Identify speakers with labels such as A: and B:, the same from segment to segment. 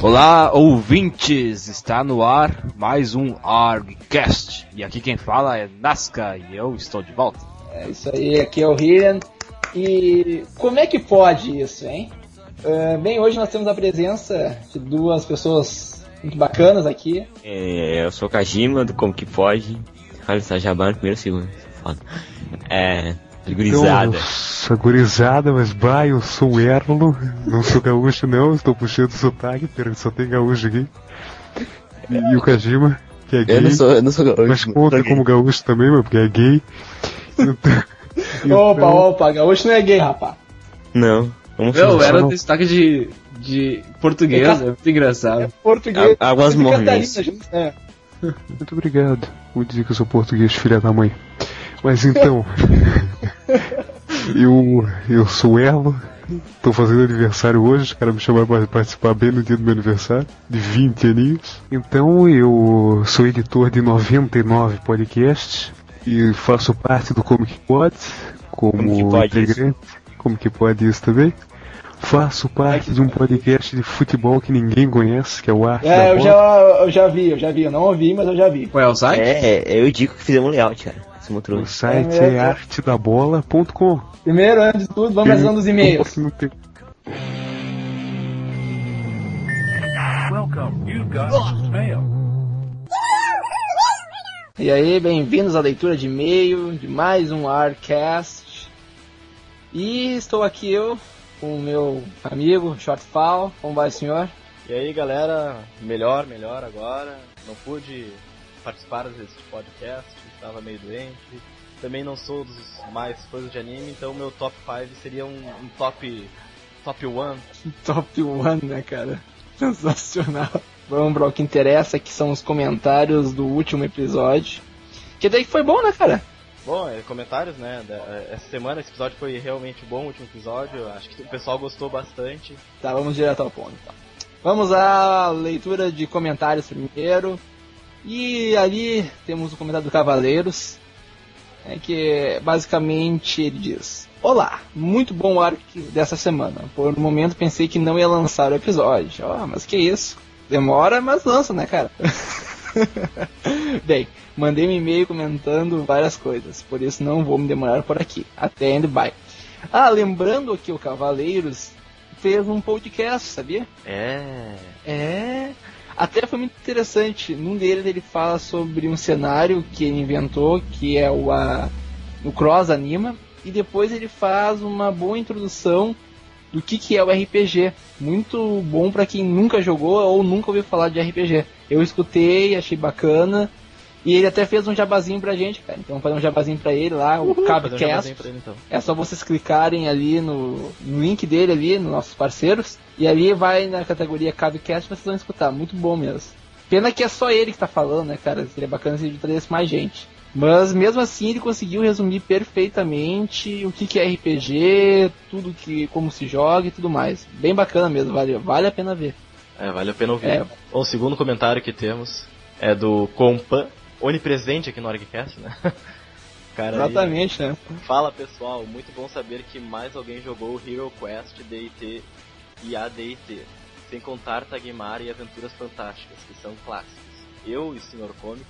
A: Olá, ouvintes! Está no ar mais um ArgCast. E aqui quem fala é Nasca e eu estou de volta.
B: É isso aí, aqui é o Rian. E como é que pode isso, hein? Ah, bem, hoje nós temos a presença de duas pessoas muito bacanas aqui.
C: É, eu sou o Kajima, do Como Que Pode. Olha, está jabando primeiro segundo. Foda. É. Gurizada.
D: Nossa, gurizada, mas bah, eu sou o Erlo, não sou gaúcho não, estou puxando o sotaque, pera, só tem gaúcho aqui. E, e o Kajima, que é
C: Eu
D: gay,
C: não sou, eu não sou gaúcho.
D: mas
C: mano.
D: conta
C: Tá gay.
D: como gaúcho também, mas porque é gay. Então-
B: Opa,
D: então-
B: opa, gaúcho não é gay, rapá.
C: Não. Vamos
E: Não,
C: falar.
E: era um destaque de, de português, é muito
B: É
E: engraçado.
B: português.
C: A- águas
B: de Catarina,
C: mornas.
B: gente, né?
D: Muito obrigado. Vou dizer que eu sou português, filha da mãe. Mas então. eu, eu sou o Erlo. Tô fazendo aniversário hoje, os caras me chamaram pra participar bem no dia do meu aniversário, de 20 aninhos. Então eu sou editor de 99 podcasts e faço parte do Comic Pod como,
C: Como que pode
D: integrante. Como que pode isso também? Faço parte de um podcast de futebol que ninguém conhece, que é o Arte da
B: É, eu
D: Bola.
B: já, eu já vi, eu já vi, eu não ouvi, mas eu já vi.
E: Qual é o site?
C: É, eu digo que fizemos um layout, cara. Esse
D: O
C: motor.
D: site
B: É,
D: é,
B: é.
D: artedabola.com.
B: Primeiro, antes de tudo, vamos analisando os e-mails.
D: Não tem-
B: E aí, bem-vindos à leitura de e-mail de mais um Arcast. E estou aqui eu com o meu amigo Shortfall. Como vai, senhor?
F: E aí galera, melhor, melhor agora. Não pude participar desse podcast, estava meio doente. Também não sou dos mais fãs de anime, então meu top 5 seria um, um top. top 1.
B: Top 1, né, cara? Sensacional. Vamos para o que interessa, que são os comentários do último episódio. Que daí que foi bom, né, cara?
F: Bom, é, comentários, né? da- é, Essa semana esse episódio foi realmente bom, o último episódio. Acho que o pessoal gostou bastante.
B: Tá, vamos direto ao ponto. Então. Vamos à leitura de comentários primeiro. E ali temos o comentário do Cavaleiros, é que basicamente ele diz: Olá, muito bom arc dessa semana. Por um momento pensei que não ia lançar o episódio. Ó, mas que isso? Demora, mas lança, né, cara? Bem, mandei um e-mail comentando várias coisas, por isso não vou me demorar por aqui. Até and bye. Ah, lembrando que o Cavaleiros fez um podcast, sabia?
F: É.
B: É. Até foi muito interessante. Num deles ele fala sobre um cenário que ele inventou, que é o, a, o Cross Anima, e depois ele faz uma boa introdução do que, que é o RPG. Muito bom pra quem nunca jogou ou nunca ouviu falar de RPG. Eu escutei, achei bacana. E ele até fez um jabazinho pra gente, cara. Então, vou fazer um jabazinho pra ele lá, o
F: Fazer um jabazinho
B: Cabcast.
F: pra ele então.
B: É só vocês clicarem ali no, no link dele ali, nos nossos parceiros, e ali vai na categoria Cabcast vocês vão escutar. Muito bom mesmo. Pena que é só ele que tá falando, né, cara? Seria bacana se ele trazesse mais gente. Mas mesmo assim ele conseguiu resumir perfeitamente o que, que é RPG, tudo que. como se joga e tudo mais. Bem bacana mesmo, vale, vale a pena ver.
F: É, vale a pena ouvir.
B: É.
F: Bom, o segundo comentário que temos é do Compan, onipresente aqui no Orgcast, né? O Cara, aí-
B: Exatamente, né?
F: Fala pessoal, muito bom saber que mais alguém jogou o Hero Quest DT e ADT, sem contar Tagmar e Aventuras Fantásticas, que são clássicos. Eu e o Sr. Comics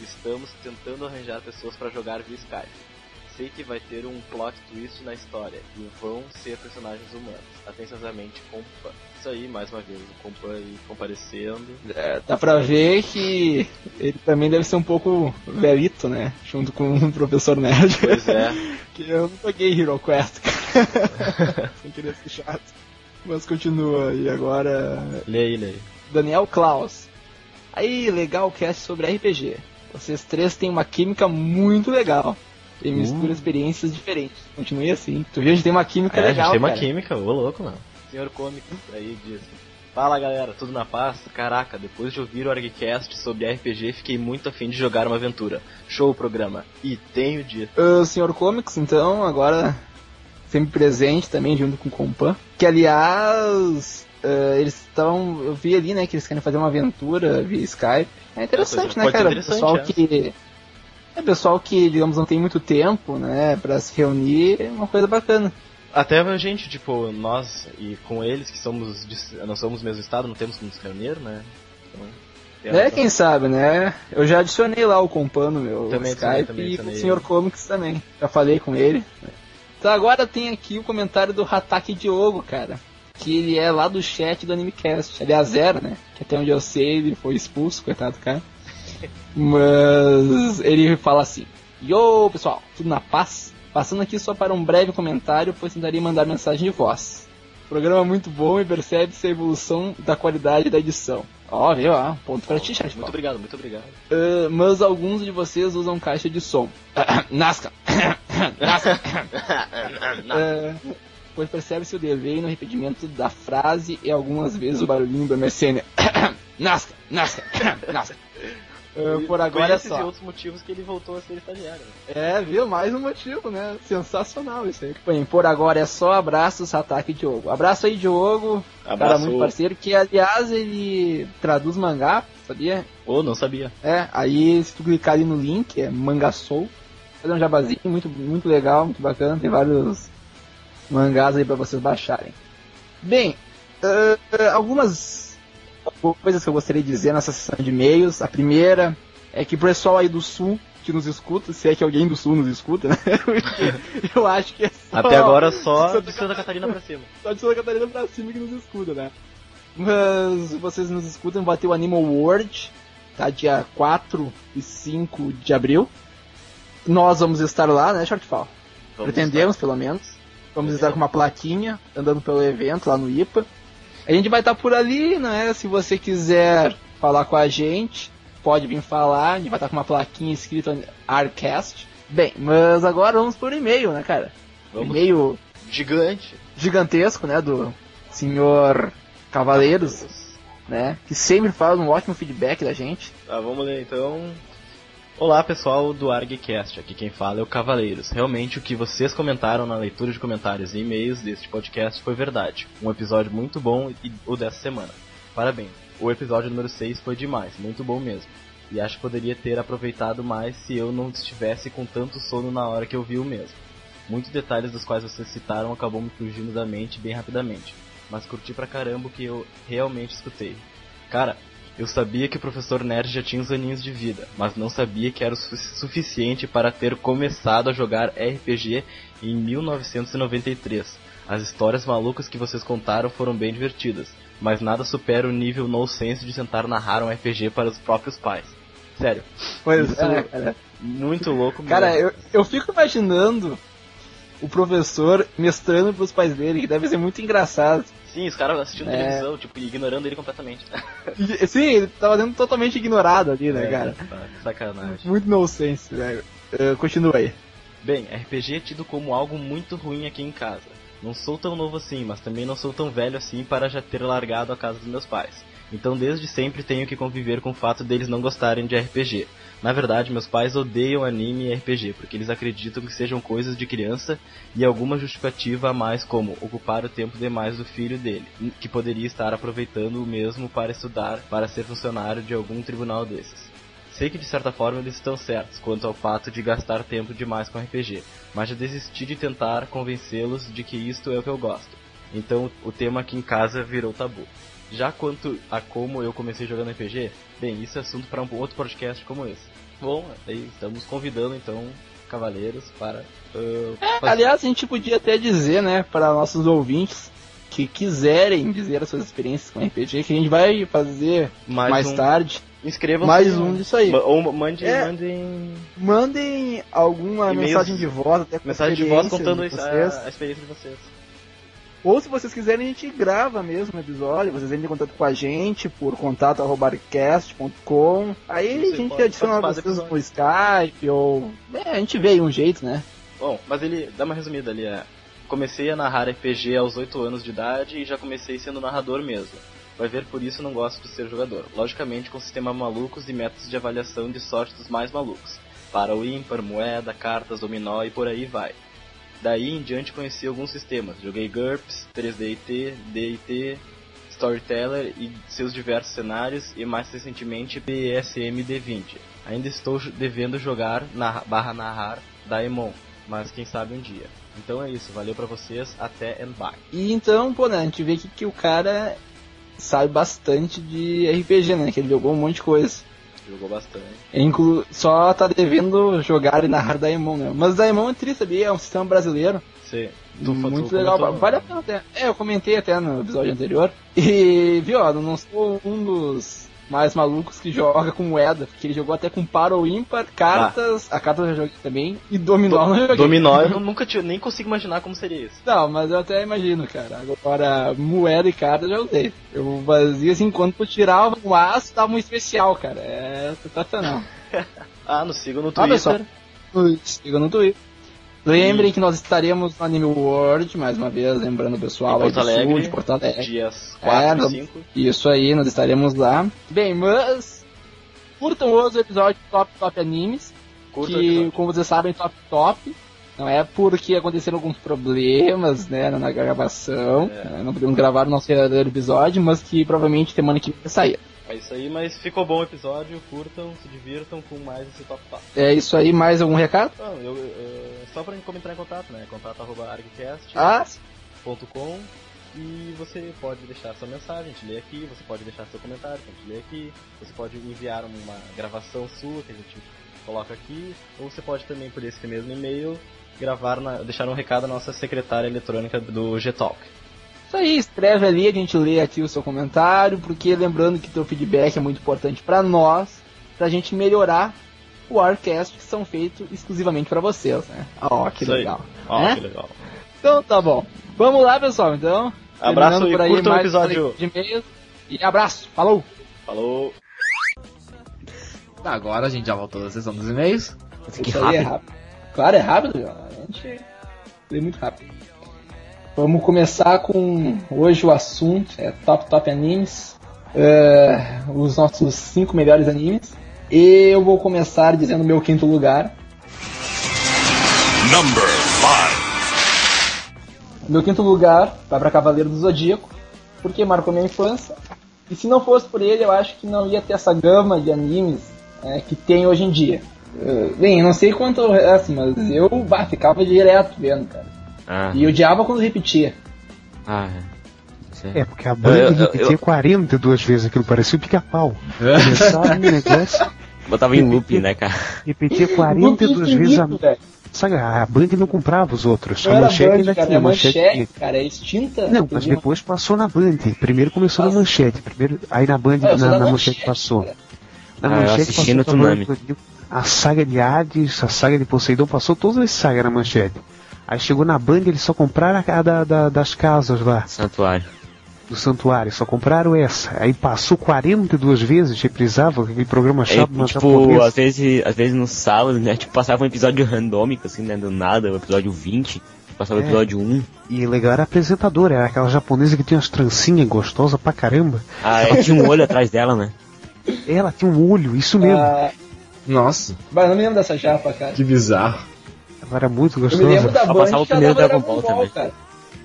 F: estamos tentando arranjar pessoas para jogar via Skype. Sei que vai ter um plot twist na história e vão ser personagens humanos. Atenciosamente, Compa. Isso aí, mais uma vez, o Compa aí comparecendo.
B: É, Dá pra ver que ele também deve ser um pouco velhito, né? Junto com o professor Nerd.
F: Pois é,
B: Que eu não toquei Hero Quest, cara. Sem querer ser chato. Mas continua, e agora.
F: lê aí, lê aí.
B: Daniel Klaus. Aí, legal o cast sobre RPG. Vocês três têm uma química muito legal. E mistura experiências diferentes. Continue assim. Tu viu, a gente tem uma química
F: Hum. É, a
B: legal.
F: gente tem uma
B: cara.
F: química, ô louco, mano. Senhor Comics aí diz. Fala galera, tudo na paz? Caraca, depois de ouvir o Argcast sobre RPG, fiquei muito afim de jogar uma aventura. Show o programa. E tenho dito.
B: O Senhor Comics, então, agora sempre presente também, junto com o Compan. Que, aliás, eh, eles estão... Eu vi ali, né, que eles querem fazer uma aventura via Skype. É interessante,
F: Pode ser
B: né, cara?
F: interessante,
B: pessoal
F: é.
B: que... É pessoal que, digamos, não tem muito tempo, né, pra se reunir, é uma coisa bacana.
F: Até a gente, tipo, nós e com eles, que somos dis- nós somos do mesmo estado, não temos como nos reunir, né? Então, tem
B: É,
F: essa-
B: quem sabe, né? Eu já adicionei lá o compano meu
F: Também
B: Skype
F: adicionei, também
B: e
F: adicionei.
B: o Sr. Comics também. Já falei com ele. Então agora tem aqui o comentário do Hataki Diogo, cara. Que ele é lá do chat do AnimeCast. Aliás, zero, né? Que até onde eu sei ele foi expulso, coitado do cara. Mas ele fala assim: Yo, pessoal, tudo na paz? Passando aqui só para um breve comentário, pois tentaria mandar mensagem de voz. Programa muito bom e percebe-se a evolução da qualidade da edição. Ó, viu? Ó, um ponto pra ti, chat.
F: Muito obrigado, muito obrigado.
B: Ah, mas alguns de vocês usam caixa de som. Nasca. Nasca.
F: É.
B: Ah, pois percebe-se o delay no repetimento da frase e algumas vezes o barulhinho do MSN. Nasca, Nasca, Nasca. Ah, por agora é
F: Conheces e
B: só.
F: outros motivos que ele voltou a ser estagiário. né?
B: É, viu? Mais um motivo, né? Sensacional isso aí. Bem, por agora é só abraços, ataque Diogo. Abraço aí, Diogo. Cara
F: Abraço.
B: muito parceiro, que aliás ele traduz mangá, sabia?
F: Ô, não sabia.
B: É, aí se tu clicar ali no link, é Mangasoul, fazer um jabazinho muito, muito legal, muito bacana, tem vários mangás aí pra vocês baixarem. Bem, ah, ah, algumas coisas que eu gostaria de dizer nessa sessão de e-mails. A primeira é que o pessoal aí do sul que nos escuta, se é que alguém do sul nos escuta, né? Porque eu acho que é só...
F: Até agora só
B: Santa
F: de Santa Catarina pra cima.
B: Só de Santa Catarina pra cima que nos escuta, né? Mas vocês nos escutam, vai ter o Animal World, tá? Dia 4 e 5 de abril. Nós vamos estar lá, né, Shortfall?
F: Vamos
B: Pretendemos, pelo menos. Vamos estar com uma plaquinha andando pelo evento lá no IPA. A gente vai estar por ali, né? Se você quiser falar com a gente, pode vir falar. A gente vai estar com uma plaquinha escrita Arcast. Bem, mas agora vamos por e-mail, né, cara?
F: Vamos.
B: E-mail
F: Gigante.
B: gigantesco, né, do senhor Cavaleiros, né, que sempre faz um ótimo feedback da gente.
F: Tá, vamos ler então. Olá pessoal do ArgCast, aqui quem fala é o Cavaleiros. Realmente o que vocês comentaram na leitura de comentários e e-mails deste podcast foi verdade. Um episódio muito bom e o dessa semana. Parabéns. O episódio número 6 foi demais, muito bom mesmo. E acho que poderia ter aproveitado mais se eu não estivesse com tanto sono na hora que eu vi o mesmo. Muitos detalhes dos quais vocês citaram acabou me fugindo da mente bem rapidamente. Mas curti pra caramba o que eu realmente escutei. Cara, eu sabia que o professor Nerd já tinha uns aninhos de vida, mas não sabia que era o su- suficiente para ter começado a jogar RPG em 1993. As histórias malucas que vocês contaram foram bem divertidas, mas nada supera o nível nonsense de tentar narrar um RPG para os próprios pais. Sério,
B: Pois
F: é, né,
B: cara.
F: muito louco mesmo.
B: Cara, eu, eu fico imaginando o professor mestrando pros pais dele, que deve ser muito engraçado.
F: Sim, os caras assistindo
B: É.
F: televisão, tipo, ignorando ele completamente.
B: E- Sim, ele tava sendo totalmente ignorado ali, né, cara?
F: tá, sacanagem.
B: Muito nonsense, né? Eh, continua aí.
F: Bem, RPG é tido como algo muito ruim aqui em casa. Não sou tão novo assim, mas também não sou tão velho assim para já ter largado a casa dos meus pais. Então desde sempre tenho que conviver com o fato deles não gostarem de RPG. Na verdade, meus pais odeiam anime e RPG, porque eles acreditam que sejam coisas de criança e alguma justificativa a mais como ocupar o tempo demais do filho dele, que poderia estar aproveitando o mesmo para estudar, para ser funcionário de algum tribunal desses. Sei que de certa forma eles estão certos quanto ao fato de gastar tempo demais com RPG, mas já desisti de tentar convencê-los de que isto é o que eu gosto. Então o tema aqui em casa virou tabu. Já quanto a como eu comecei jogando RPG, bem, isso é assunto para um outro podcast como esse. Bom, aí estamos convidando então cavaleiros para ah, fazer-
B: É, Aliás, a gente podia até dizer, né, para nossos ouvintes que quiserem dizer as suas experiências com RPG, que a gente vai fazer mais,
F: um-
B: tarde
F: Inscrevam-se.
B: mais um disso aí.
F: Ma- Ou mande,
B: É.
F: mandem
B: Mandem alguma
F: E-mails-
B: mensagem de voz, até com
F: mensagem de voz
B: experiências
F: contando
B: de
F: isso- é.
B: vocês.
F: a, a experiência de vocês.
B: Ou se vocês quiserem, a gente grava mesmo o episódio. Vocês entram em contato com a gente por contato.com. Aí
F: Isso,
B: a gente
F: pode
B: adiciona
F: participar do
B: vocês no Skype ou. É, a gente vê aí um jeito, né?
F: Bom, mas ele dá uma resumida ali. É, comecei a narrar RPG aos 8 anos de idade e já comecei sendo narrador mesmo. Vai ver por isso não gosto de ser jogador. Logicamente com sistema malucos e métodos de avaliação de sorte dos mais malucos. Para o ímpar, moeda, cartas, dominó e por aí vai. Daí em diante conheci alguns sistemas. Joguei GURPS, 3DT, DIT, Storyteller e seus diversos cenários e mais recentemente BSM D20. Ainda estou devendo jogar na barra narrar Daemon, mas quem sabe um dia. Então é isso, valeu pra vocês, até and bye.
B: E então, pô, né, a gente vê que, que o cara sabe bastante de RPG, né? Que ele jogou um monte de coisa.
F: Jogou bastante.
B: Inclu só tá devendo jogar e narrar Daemon, né? Mas Daemon é triste, sabia? É um sistema brasileiro.
F: Você,
B: muito legal,
F: comentou-
B: vale a pena até. É, eu comentei até no episódio anterior. E, viu, ó, eu não sou um dos mais malucos que joga com moeda, porque ele jogou até com par ou ímpar,
F: Ah.
B: cartas, a carta eu já joguei também, e dominó eu não joguei.
F: Dominó,
B: Uhum.
F: eu não- nunca tive, nem consigo imaginar como seria isso.
B: Não, mas eu até imagino, cara. Agora, moeda e carta eu já usei. Eu fazia assim, quando tu tirava um aço, dava um especial, cara. É sensacional.
F: Ah, nos sigam no
B: Ah,
F: Twitter.
B: pessoal. Nos Siga no Twitter. Lembrem que nós estaremos no Anime World, mais uma vez, lembrando o pessoal
F: Em
B: aí
F: Porto
B: do Sul,
F: Alegre.
B: de Porto Alegre.
F: dias
B: É,
F: 4
B: não-
F: e 5.
B: Isso aí, nós estaremos lá. Bem, mas curtam os episódios Top Top Animes,
F: Curta o
B: que,
F: episódio.
B: como vocês sabem, Top Top. Não é porque aconteceram alguns problemas, né, na gravação.
F: É.
B: né, não podemos gravar o nosso verdadeiro episódio, mas que provavelmente semana que vem vai sair.
F: É isso aí, mas ficou bom o episódio. Curtam, se divirtam com mais esse top top.
B: É isso aí, mais algum recado?
F: Então, eu, eu- só pra como entrar em contato, né? Contato arroba argcast.
B: Ah,
F: www.radiofobia.com, e você pode deixar sua mensagem, a gente lê aqui, você pode deixar seu comentário, que a gente lê aqui, você pode enviar uma gravação sua que a gente coloca aqui, ou você pode também por esse mesmo e-mail gravar na- deixar um recado à nossa secretária eletrônica do Gtalk.
B: Isso aí, escreve ali, a gente lê aqui o seu comentário, porque lembrando que teu feedback é muito importante pra nós, pra gente melhorar o Arcast que são feitos exclusivamente pra vocês, né? Ó, que
F: Isso aí.
B: legal.
F: Ó,
C: Né?
B: É?
F: que legal.
B: Então tá bom. Vamos lá, pessoal, então.
F: Abraço
B: Terminando
F: e
B: por aí
F: curta o
B: mais um
F: episódio.
B: de e-mails. E abraço, falou!
F: Falou!
A: É.
G: Tá, agora a gente já voltou da sessão dos e-mails.
C: Que
B: Isso aí é
C: rápido.
B: rápido. Claro, é rápido, João. A gente lê muito rápido. Vamos começar com hoje o assunto é top top animes, é, os nossos cinco melhores animes. E eu vou começar dizendo o meu quinto lugar. O Meu quinto lugar vai para Cavaleiro do Zodíaco, porque marcou minha infância. E se não fosse por ele, eu acho que não ia ter essa gama de animes é, que tem hoje em dia. Hum. Eh, bem, eu não sei quanto ao resto, mas eu bah, ficava direto vendo, cara.
C: Ah,
B: E odiava quando repetia.
C: ah. isso aí.
D: É, porque a Band
C: Eu- eu-
D: repetia 42 vezes aquilo, parecia o pica-pau. Começava o negócio,
C: Botava em loop, né, cara?
D: repetia
B: Loop
D: 42 vezes a.
B: infinito, é velho.
D: Sabe, a Band não comprava os outros.
B: Não
D: A
B: era
D: manchete
B: Band,
D: ainda
B: cara,
D: tinha,
B: era
D: a manchete. né?
B: manchete, cara, é extinta.
D: Não, mas
B: entendeu?
D: depois passou na Band. Primeiro começou na
B: Passa.
D: manchete. Primeiro, aí na Band,
B: Ah, eu
D: na,
B: sou da
D: na é manchete
B: Manchete,
D: passou.
B: cara.
D: Na
C: Ah, eu assisti no
D: Cavaleiro
C: Tsunami.
D: do Zodíaco, A saga de Hades, a saga de Poseidon, passou todas as sagas na manchete. Aí chegou na Band, eles só compraram a da- da- das casas lá,
C: Santuário.
D: do santuário, só compraram essa. Aí passou 42 vezes, reprisava aquele programa
C: É,
D: chato, mas
C: tipo, às vezes, às vezes no sábado, né? Tipo, passava um episódio randômico, assim, né? Do nada, o episódio 20. Passava o
D: É.
C: episódio 1.
D: E legal era a apresentadora, era aquela japonesa que tinha umas trancinhas gostosas pra caramba.
C: Ah, é, tinha um olho atrás dela, né?
D: Ela tinha um olho, isso mesmo.
B: Ah,
G: Nossa,
B: mas não me lembro dessa japa, cara.
G: que bizarro.
D: Ela era muito
B: Eu me lembro
D: gostosa.
B: da
C: Só
B: Band
C: passava o
B: que ela
C: primeiro
B: dava
C: Dragon Ball também.
B: cara.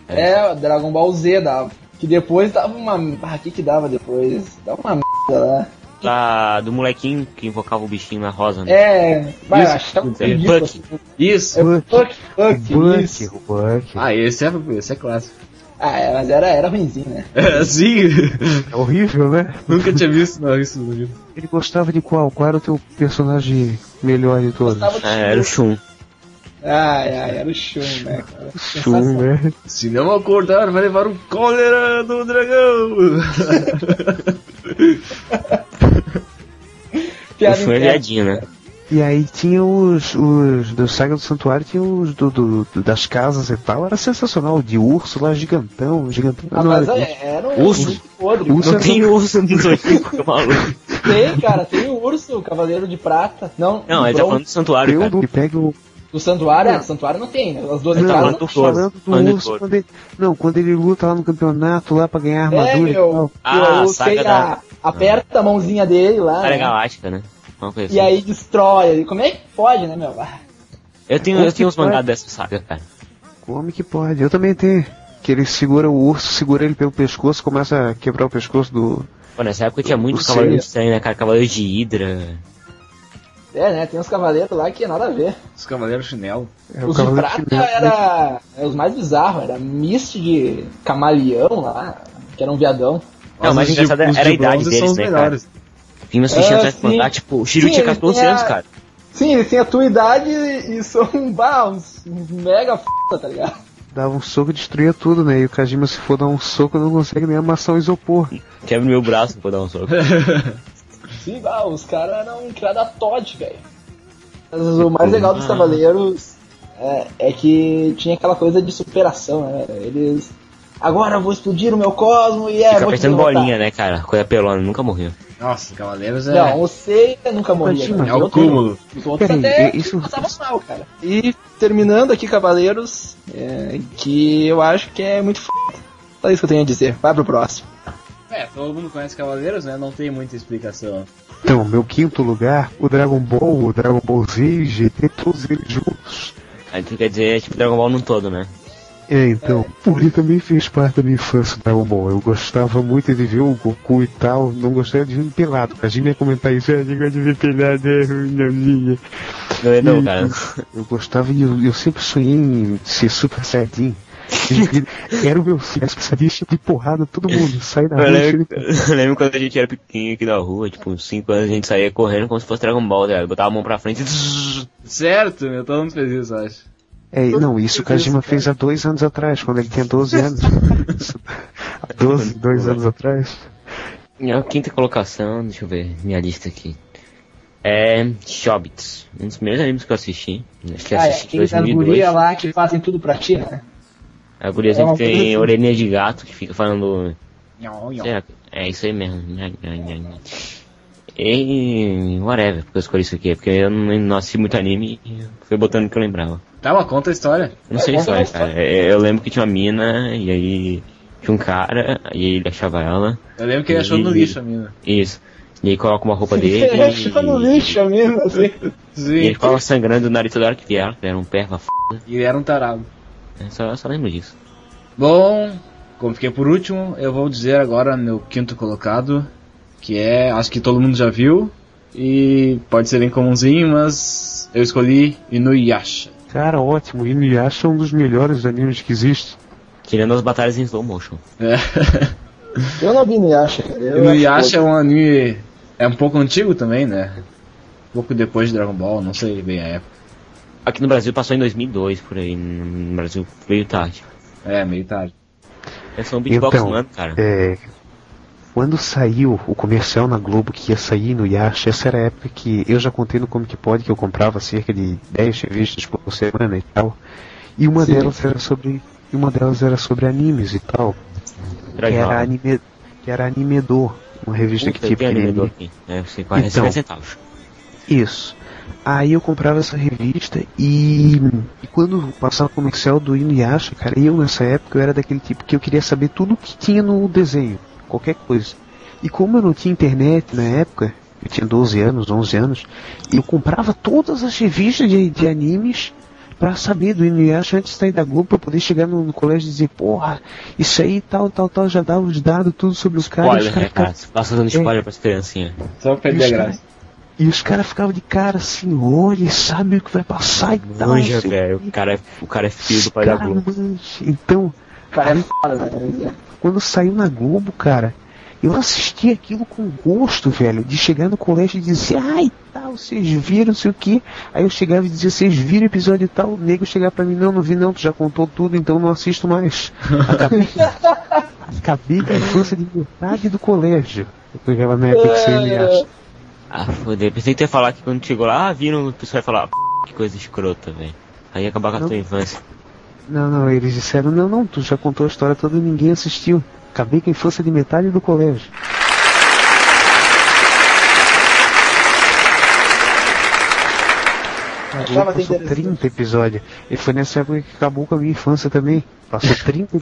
B: É, Dragon Ball Z dava. Que depois dava uma. Ah, o que que dava depois? Dava uma merda lá.
C: Da, do molequinho que invocava o bichinho na rosa, né?
B: É. Vai, eu
G: Isso,
B: achava
C: é
B: ridículo,
C: Buck.
B: assim.
G: Isso.
B: É Buck, Buck,
D: Buck,
B: isso.
D: o Buck.
G: Ah, esse é, esse é clássico.
B: Ah, é, mas era, era ruimzinho, né?
G: É, sim.
D: É horrível, né?
G: Nunca tinha visto não, isso na vida.
D: Ele gostava de qual? Qual era o teu personagem melhor de todos?
B: Gostava de
C: É, era o Shun.
B: Ai, ai, era o Shun, né, cara?
D: Shun, né?
G: Se não acordar, vai levar o cólera do dragão.
C: O
B: Piada
C: Shun é
B: interna.
C: viadinho, né?
D: E aí tinha os, os do Saga do Santuário, tinha os do, do- do- das casas e tal. Era sensacional, de urso lá, gigantão, gigantão.
B: Ah,
D: não,
B: mas
D: era-
B: é, era um
C: Urso?
B: urso podre.
D: Urso
C: Não
D: era-
C: tem urso no Zodíaco, maluco.
B: Tem, cara, tem o urso, o Cavaleiro de Prata. Não,
C: Não,
B: o
C: ele tá
B: bronze.
C: falando do santuário,
D: Eu
C: cara.
D: do que pega o.
B: do santuário, ah, do santuário não tem, né? As duas
D: Não,
B: entradas.
C: falando do
D: eu tô
C: Thor,
D: falando do
C: falando do
D: urso
C: Thor.
D: quando ele. Não, quando ele luta lá no campeonato lá pra ganhar
B: É,
D: armadura e
B: meu.
D: tal.
C: Ah,
B: eu
C: saga
B: sei,
C: da-
B: a, aperta a mãozinha dele lá. né?
C: Área Galáctica, né? Uma coisa
B: E
C: assim.
B: aí destrói. ele. Como é que pode, né, meu? Ah,
C: Eu tenho, eu tenho uns
D: Como que
C: mangás dessa saga, cara.
D: Como que pode? Eu também tenho. Que ele segura o urso, segura ele pelo pescoço, começa a quebrar o pescoço do.
C: Pô, nessa época tinha muito
D: Sim.
C: cavaleiro estranho, né, cara? Cavaleiro de Hidra.
B: É, né? Tem uns cavaleiros lá que nada a ver.
E: Os Cavaleiros Chinelo.
D: É
B: os de
D: cavalo
B: prata
D: chinelo.
B: era, era os mais bizarros, era mist de camaleão lá, que era um viadão.
C: Não,
E: Nossa,
C: mas
E: os de-
C: engraçado
E: os
C: era a
E: de
C: idade
E: bronze
C: deles,
E: são os
C: né,
E: melhores.
C: Vinha assistir
B: Ah,
C: atrás de
B: sim.
C: plantar, tipo, o Shiryu
B: Sim, é.
C: tinha
B: ele
C: 14
B: tem a-
C: anos, cara.
B: Sim, eles têm a tua idade e são bah, uns mega f, tá ligado?
D: Dava um soco e destruía tudo, né? E o Kajima, se for dar um soco, não consegue nem amassar o isopor.
C: Quebra meu braço pra dar um soco.
B: É, Sim, bah, os caras eram criados a Todd, velho. Mas o mais legal dos cavaleiros é, é que tinha aquela coisa de superação, né? Eles. Agora eu vou explodir o meu cosmo e é. vou
C: Fica
B: te
C: apertando
B: derrotar."
C: bolinha, né, cara? Coisa pelona, nunca morreu.
E: Nossa, Cavaleiros é.
B: Não, o Seiya nunca morria.
D: Imagina,
B: cara.
E: é o
B: Eu
E: cúmulo.
B: Os outros
D: Peraí,
B: até
D: é isso-
B: passavam mal, cara. E terminando aqui, Cavaleiros, é, que eu acho que é muito f... Só isso que eu tenho a dizer. Vai pro próximo.
E: É, todo mundo conhece Cavaleiros, né? Não tem muita explicação.
D: Então, meu quinto lugar, o Dragon Ball, o Dragon Ball Z, GT, todos eles juntos.
C: Aí tu quer dizer, tipo, Dragon Ball num todo, né?
D: É, então, porque também fez parte da minha infância o Dragon Ball. Eu gostava muito de ver o Goku e tal, não gostava de ver ele pelado. A gente ia comentar isso, a gente gosta de ver pelado, é ruim, não, minha.
C: Não é
B: Hum.
C: não, cara.
D: Eu gostava e eu, eu sempre sonhei em ser super saiyajin. Era o meu sonho, super saiyajin, cheio de porrada, todo mundo, sai da
C: Eu
D: rua, cheio
C: lembro,
D: de...
C: eu lembro quando a gente era pequenininho aqui na rua, tipo, uns 5 anos, a gente saía correndo como se fosse Dragon Ball, tá ligado? Botava a mão pra frente e...
E: Certo, meu, todo mundo fez isso, eu acho.
D: É, não, isso o Kajima fez há dois anos atrás, quando ele tinha 12 anos. há 12, dois anos atrás.
C: Minha quinta colocação, deixa eu ver minha lista aqui. É. Shobits. Um dos primeiros animes que eu assisti. Acho que eu
B: Ah, é,
C: assisti em
B: aqueles das
C: 2002.
B: gurias lá que fazem tudo pra ti, né?
C: A guria
B: É
C: sempre
B: uma coisa
C: tem
B: assim.
C: orelhinha de gato que fica falando.
E: Nhon, nhon.
C: Sei lá, é isso aí mesmo. E. whatever, porque eu escolhi isso aqui. é Porque eu não, não assisti muito anime e fui botando o que eu lembrava.
E: Tá, mas conta a história.
C: Eu Não sei
B: É,
C: só,
B: é,
C: cara. É, Eu lembro que tinha uma mina e aí tinha um cara e aí ele achava ela.
E: Eu lembro que ele achou no
C: Ih.
E: lixo a mina.
C: Isso. E aí coloca uma roupa dele.
B: Ele achou no
C: e-
B: lixo mesmo, assim.
E: Sim.
C: E ele ficava sangrando o nariz toda hora que vieram, que era um perva f.
E: E ele era um tarado.
C: Eu Só, eu só lembro disso.
E: Bom, como fiquei por último, eu vou dizer agora meu quinto colocado, que é, acho que todo mundo já viu, e pode ser bem comumzinho, mas eu escolhi Inuyasha.
D: Cara, ótimo. Inuyasha é um dos melhores animes que existe.
C: Tirando as batalhas em slow motion.
E: É.
B: Eu não vi Inuyasha, cara. Eu
E: Inuyasha é um anime, é um pouco antigo também, né? Um pouco depois de Dragon Ball, não sei bem a época.
C: Aqui no Brasil passou em 2002, por aí. No Brasil veio tarde.
E: É, meio tarde.
C: Eu sou um beatbox
D: Então,
C: humano, cara.
D: É, quando saiu o comercial na Globo que ia sair Inuyasha, essa era a época que eu já contei no Comic Pod que eu comprava cerca de 10 revistas por semana e tal. E uma delas era sobre. e Uma delas era sobre animes e tal. Que era
C: Dragon Ball.
D: anime. Que era animedor. Uma revista
C: Puta,
D: que tipo
C: tem
D: que
C: anime
D: anime.
C: aqui. É, você quase
D: Então.
C: 50 centavos.
D: Isso. Aí eu comprava essa revista e, e quando passava o comercial do Inuyasha, cara, eu nessa época eu era daquele tipo que eu queria saber tudo que tinha no desenho, qualquer coisa. E como eu não tinha internet na época, eu tinha 12 anos, 11 anos, eu comprava todas as revistas de, de animes pra saber do Inuyasha antes de sair da Globo, pra poder chegar no, no colégio e dizer, porra, isso aí, tal, tal, tal, já dava os dados, tudo sobre os caras.
C: Spoiler, né, cara? Você passa
D: é.
C: dando spoiler pras criancinhas.
E: Só pra perder a
D: Isso,
E: graça.
D: e os caras ficavam de cara assim, olha, sabe o que vai passar e tal. não
C: Manja,
D: sei
C: velho.
D: o
C: O cara, é- o cara é
D: quê.
C: filho do pai da
D: Cara,
C: Globo.
D: manja. Então,
B: Cara, é foda, né?
D: quando saiu na Globo, cara, eu assisti aquilo com gosto, velho, de chegar no colégio e dizer, ai, tal, vocês viram, não sei o que. Aí eu chegava e dizia, vocês viram o episódio e tal, o nego chegava pra mim, não, não vi não, tu já contou tudo, então não assisto mais. Acabei, acabei com a infância de metade do colégio. Eu chegava na época que saiu me acha.
C: Ah, foder. Pensei que tu ia falar que quando chegou lá, ah, viram, o pessoal ia falar, "Ah, que coisa escrota, velho. Aí ia acabar com a
D: Não.
C: tua infância.
D: Não, não, eles disseram, não, não, tu já contou a história toda e ninguém assistiu. Acabei com a infância de metade do colégio. Acabou,
B: Tava
D: passou
B: interessante.
D: 30 episódios. E foi nessa época que acabou com a minha infância também. Passou 30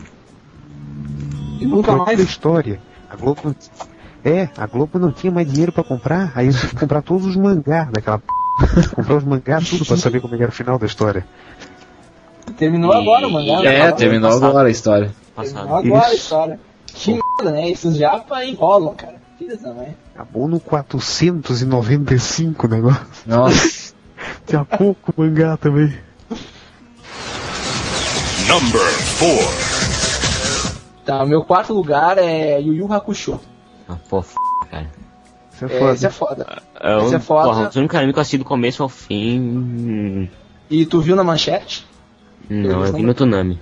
B: E nunca
D: episódios da
B: mais.
D: história. A Globo. É, a Globo não tinha mais dinheiro pra comprar, aí eles comprar todos os mangás daquela p. Comprar os mangás tudo pra saber como é que era o final da história.
B: Terminou agora o mangá. né?
E: É, terminou
C: passado.
E: agora a história.
B: Terminou
C: Passado.
B: agora a
D: Isso.
B: história. Que merda, né? Esses japa enrolam, cara. filha também.
D: Acabou no 495 o negócio.
E: Nossa.
D: Daqui a pouco o mangá também.
B: Tá, meu quarto lugar é Yu Yu Hakusho.
C: Ah, pô, f... cara.
D: Isso é
B: É,
D: foda.
B: esse é foda.
C: É
B: Esse
C: um,
B: é foda.
C: Porra, o único anime que eu assisti do começo ao fim. hum,
B: E tu viu na manchete?
C: Não, eu
B: Beleza,
C: vi
B: né?
C: no Tsunami.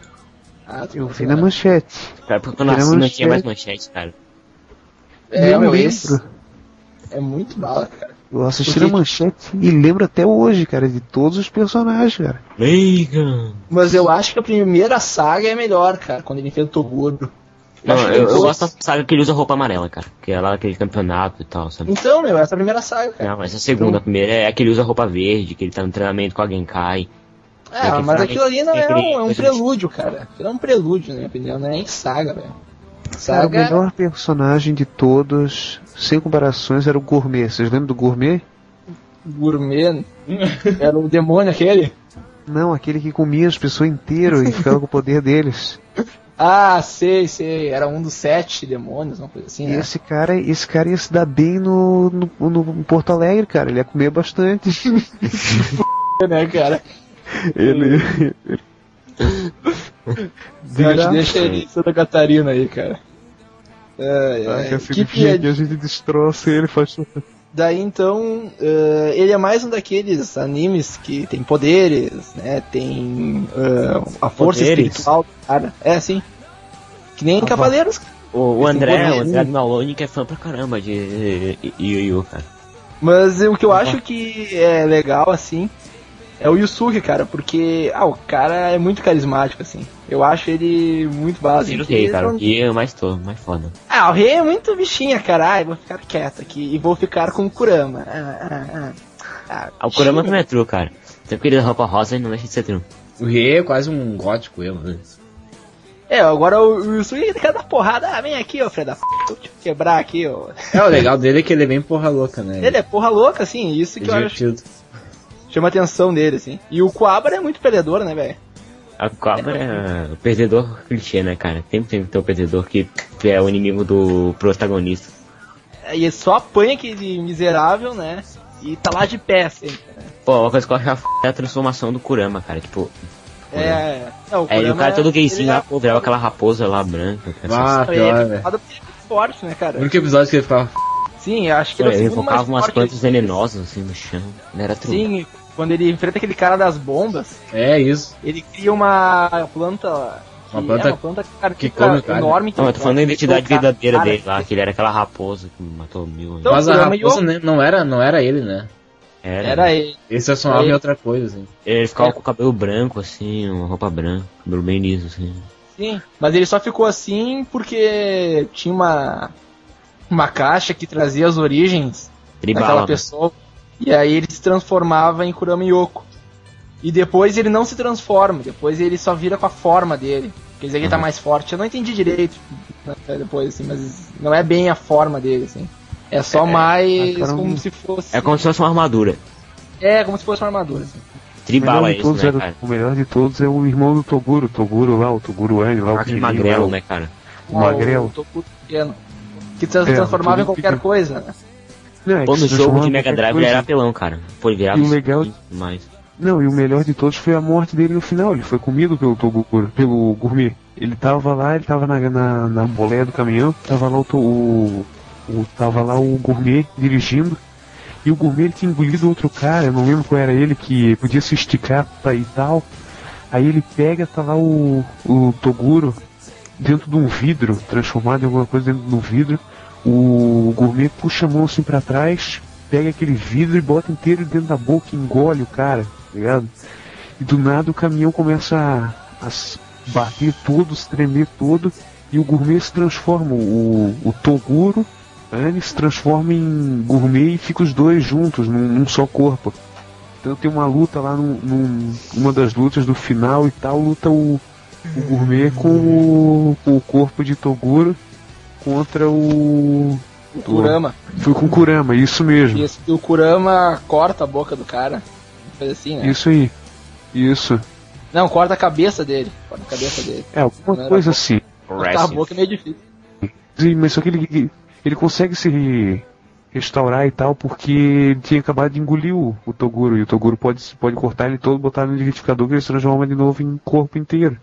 B: Ah, tu
D: Eu vi
B: viu
D: na manchete.
C: Cara, porque eu nasci
D: Era
C: não tinha mais
D: manchete.
C: manchete, cara.
B: É,
D: eu
B: meu,
D: lembro.
B: esse é muito bala, cara.
D: Eu assisti
B: Porque-
D: na manchete e lembro até hoje, cara, de todos os personagens, cara.
C: Megan!
B: Mas eu acho que a primeira saga é melhor, cara, quando ele enfrenta o Toguro.
C: Não,
B: acho que
C: eu,
B: os
C: eu
B: outros-
C: gosto da saga que ele usa roupa amarela, cara. Que é lá aquele campeonato e tal, sabe?
B: Então, meu, essa é a primeira saga, cara.
C: Não, essa é a segunda, a primeira é a que ele usa roupa verde, que ele tá no treinamento com a Genkai.
B: É,
C: Porque
B: mas
C: saga
B: aquilo ali não
C: tem
B: é
C: aquele-
B: um, é um
C: aquele-
B: prelúdio, cara. Aquilo é um prelúdio, na minha opinião, não é nem saga, velho.
D: Cara, o
B: Saga.
D: melhor personagem de todos, sem comparações, era o Gourmet. Vocês lembram do Gourmet?
B: gourmet. Era o demônio aquele?
D: Não, aquele que comia as pessoas inteiras e ficava com o poder deles.
B: Ah, sei, sei. Era um dos sete demônios, uma coisa assim,
D: E
B: né?
D: esse cara, esse cara ia se dar bem no, no, no Porto Alegre, cara. Ele ia comer bastante.
B: né, cara?
D: Ele.
B: Deixa, deixa ele em Santa Catarina aí, cara. Ai, ai. é, Que piadinha.
D: a gente destroça ele faz.
B: Daí então, eh, ele é mais um daqueles animes que tem poderes, né? Tem eh, a força
C: Poderes?
B: espiritual do cara. É assim. Que nem Cavaleiros. cara.
C: O, o
B: Esse
C: André, o
B: bonezinho.
C: André do Malone, que é fã pra caramba de de- de Yu Yu, cara.
B: Mas eh, o que eu acho que é legal, assim, é o Yusuke, cara, porque ah, o cara é muito carismático, assim. Eu acho ele muito básico.
C: Tiro rei, cara. E eu mais tô, mais foda.
B: um Ah, o rei é muito bichinha, cara. Ai, vou ficar quieto aqui e vou ficar com o Kurama. Ah, ah, ah. Ah,
C: Ah, O Kurama também é true, cara. Até porque ele usa roupa rosa e não deixa de ser true.
E: O Rie é quase um gótico emo, né?
B: É, agora o o Yusuke ele quer dar porrada. Ah, vem aqui, ô filho da p. Vou te quebrar aqui, ó.
E: É, o legal dele é que ele é bem porra louca, né?
B: Ele é porra louca, assim, isso
E: é
B: que eu acho
E: divertido.
B: que chama a atenção dele, assim. E o Coabra é muito perdedor, né, velho?
C: A cobra é o perdedor clichê, né, cara? Sempre tem que ter o perdedor que é o inimigo do protagonista.
B: É, E ele só apanha aquele miserável, né? E tá lá de pé, sempre. né?
C: Pô, uma coisa que eu acho f... é a transformação do Kurama, cara. Tipo,
B: É, não,
C: é, e o
B: Kurama,
C: cara todo gayzinho
B: ele
C: lá,
B: é-
C: pô, virava aquela raposa lá branca. cara, essas-
E: Ah,
B: Não, ele
E: pior,
B: é
E: velho.
B: foda porque ele é muito forte, né,
E: O
B: cara?
E: único episódio que ele ficava.
B: Sim, eu acho que
C: Hum. Pô,
B: ele é o
C: ele
B: segundo mais
C: invocava umas
B: forte
C: plantas venenosas assim no chão. Não era true.
B: Sim, quando ele enfrenta aquele cara das bombas,
E: É isso.
B: ele cria uma planta. que
E: Uma planta
B: é uma planta cara,
E: que
B: que fica
E: come o cara.
B: enorme. que
C: Não, eu tô falando da
B: ele
C: identidade
B: toca-
C: verdadeira
B: cara,
C: dele lá, que ele era aquela raposa que matou mil.
B: Então,
E: Mas a
B: Kurama e
E: raposa né, não, era, não era ele, né?
C: era,
B: Era ele.
E: Ele se transformava
B: Ele-
E: em outra coisa, assim.
C: Ele ficava com o cabelo branco, assim, uma roupa branca, cabelo bem liso, assim.
B: Sim, mas ele só ficou assim porque tinha uma uma caixa que trazia as origens daquela
C: Tribal. né?
B: pessoa. E aí ele se transformava em Kurama Yoko. E depois ele não se transforma, depois ele só vira com a forma dele. Quer dizer que ele tá
C: Uhum.
B: mais forte. Eu não entendi direito né, até depois, assim, mas não é bem a forma dele, assim. É só mais
D: cara,
B: como
D: um-
B: se fosse.
C: É como se fosse uma armadura.
B: é, como se fosse uma armadura. assim.
D: O melhor,
C: Tribal é
D: de
C: isso,
D: todos
C: né,
D: era-
C: cara?
D: o melhor de todos é o irmão do Toguro, Toguro lá, o Toguro Andy lá, É o
C: Aquele
D: pequenininho
C: magrelo,
D: lá,
C: né, cara?
D: o magrelo.
B: O Toku pequeno. Que se
D: É,
B: transformava em
D: tudo
B: qualquer
D: fica-
B: coisa, né?
D: Não, é
C: Pô,
D: que
C: no
D: se
C: jogo
D: transformava
C: de
D: em
C: Mega
D: qualquer
C: Drive ele
D: coisa.
C: era apelão, cara. Pô, ele virava assim,
D: E o legal- é
C: skin e tudo mais.
D: Não, e o melhor de todos foi a morte dele no final. Ele foi comido pelo Toguro, pelo Gourmet. Ele tava lá, ele tava na, na, na boleia do caminhão, tava lá o, to- o, o- tava lá o Gourmet dirigindo. E o Gourmet ele tinha engolido outro cara, eu não lembro qual era ele, que podia se esticar tá, e tal. Aí ele pega, tá lá o, o Toguro dentro de um vidro, transformado em alguma coisa dentro de um vidro. O Gourmet puxa a mão assim pra trás, pega aquele vidro e bota inteiro dentro da boca e engole o cara, tá ligado? E do nada o caminhão começa a, a s- bater todo, se tremer todo, e o gourmet se transforma. O, o Toguro, né, ele se transforma em gourmet e fica os dois juntos, num, num só corpo. Então tem uma luta lá, num, num- uma das lutas do final e tal, luta o, o gourmet com o, com o corpo de Toguro contra o.
B: O Kurama.
D: Foi com o Kurama, isso mesmo.
B: Isso, e o Kurama corta a boca do cara. Coisa assim, né?
D: Isso aí. Isso.
B: Não, corta a cabeça dele. Corta a cabeça dele.
D: É, alguma
B: Não era
D: coisa
B: bom.
D: assim.
B: Cortar a boca é meio difícil.
D: Sim, mas só que ele, ele consegue se restaurar e tal, porque ele tinha acabado de engolir o, o Toguro, e o Toguro pode, pode cortar ele todo, botar no liquidificador e ele se transforma de novo em corpo inteiro.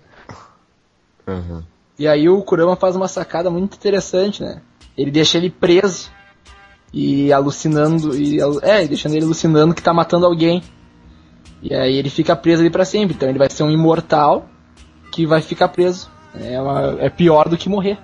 C: Aham.
B: E aí o Kurama faz uma sacada muito interessante, né? Ele deixa ele preso e alucinando e alu- é, e deixando ele alucinando que tá matando alguém. E aí ele fica preso ali pra sempre. Então ele vai ser um imortal que vai ficar preso. É, uma- é pior do que morrer.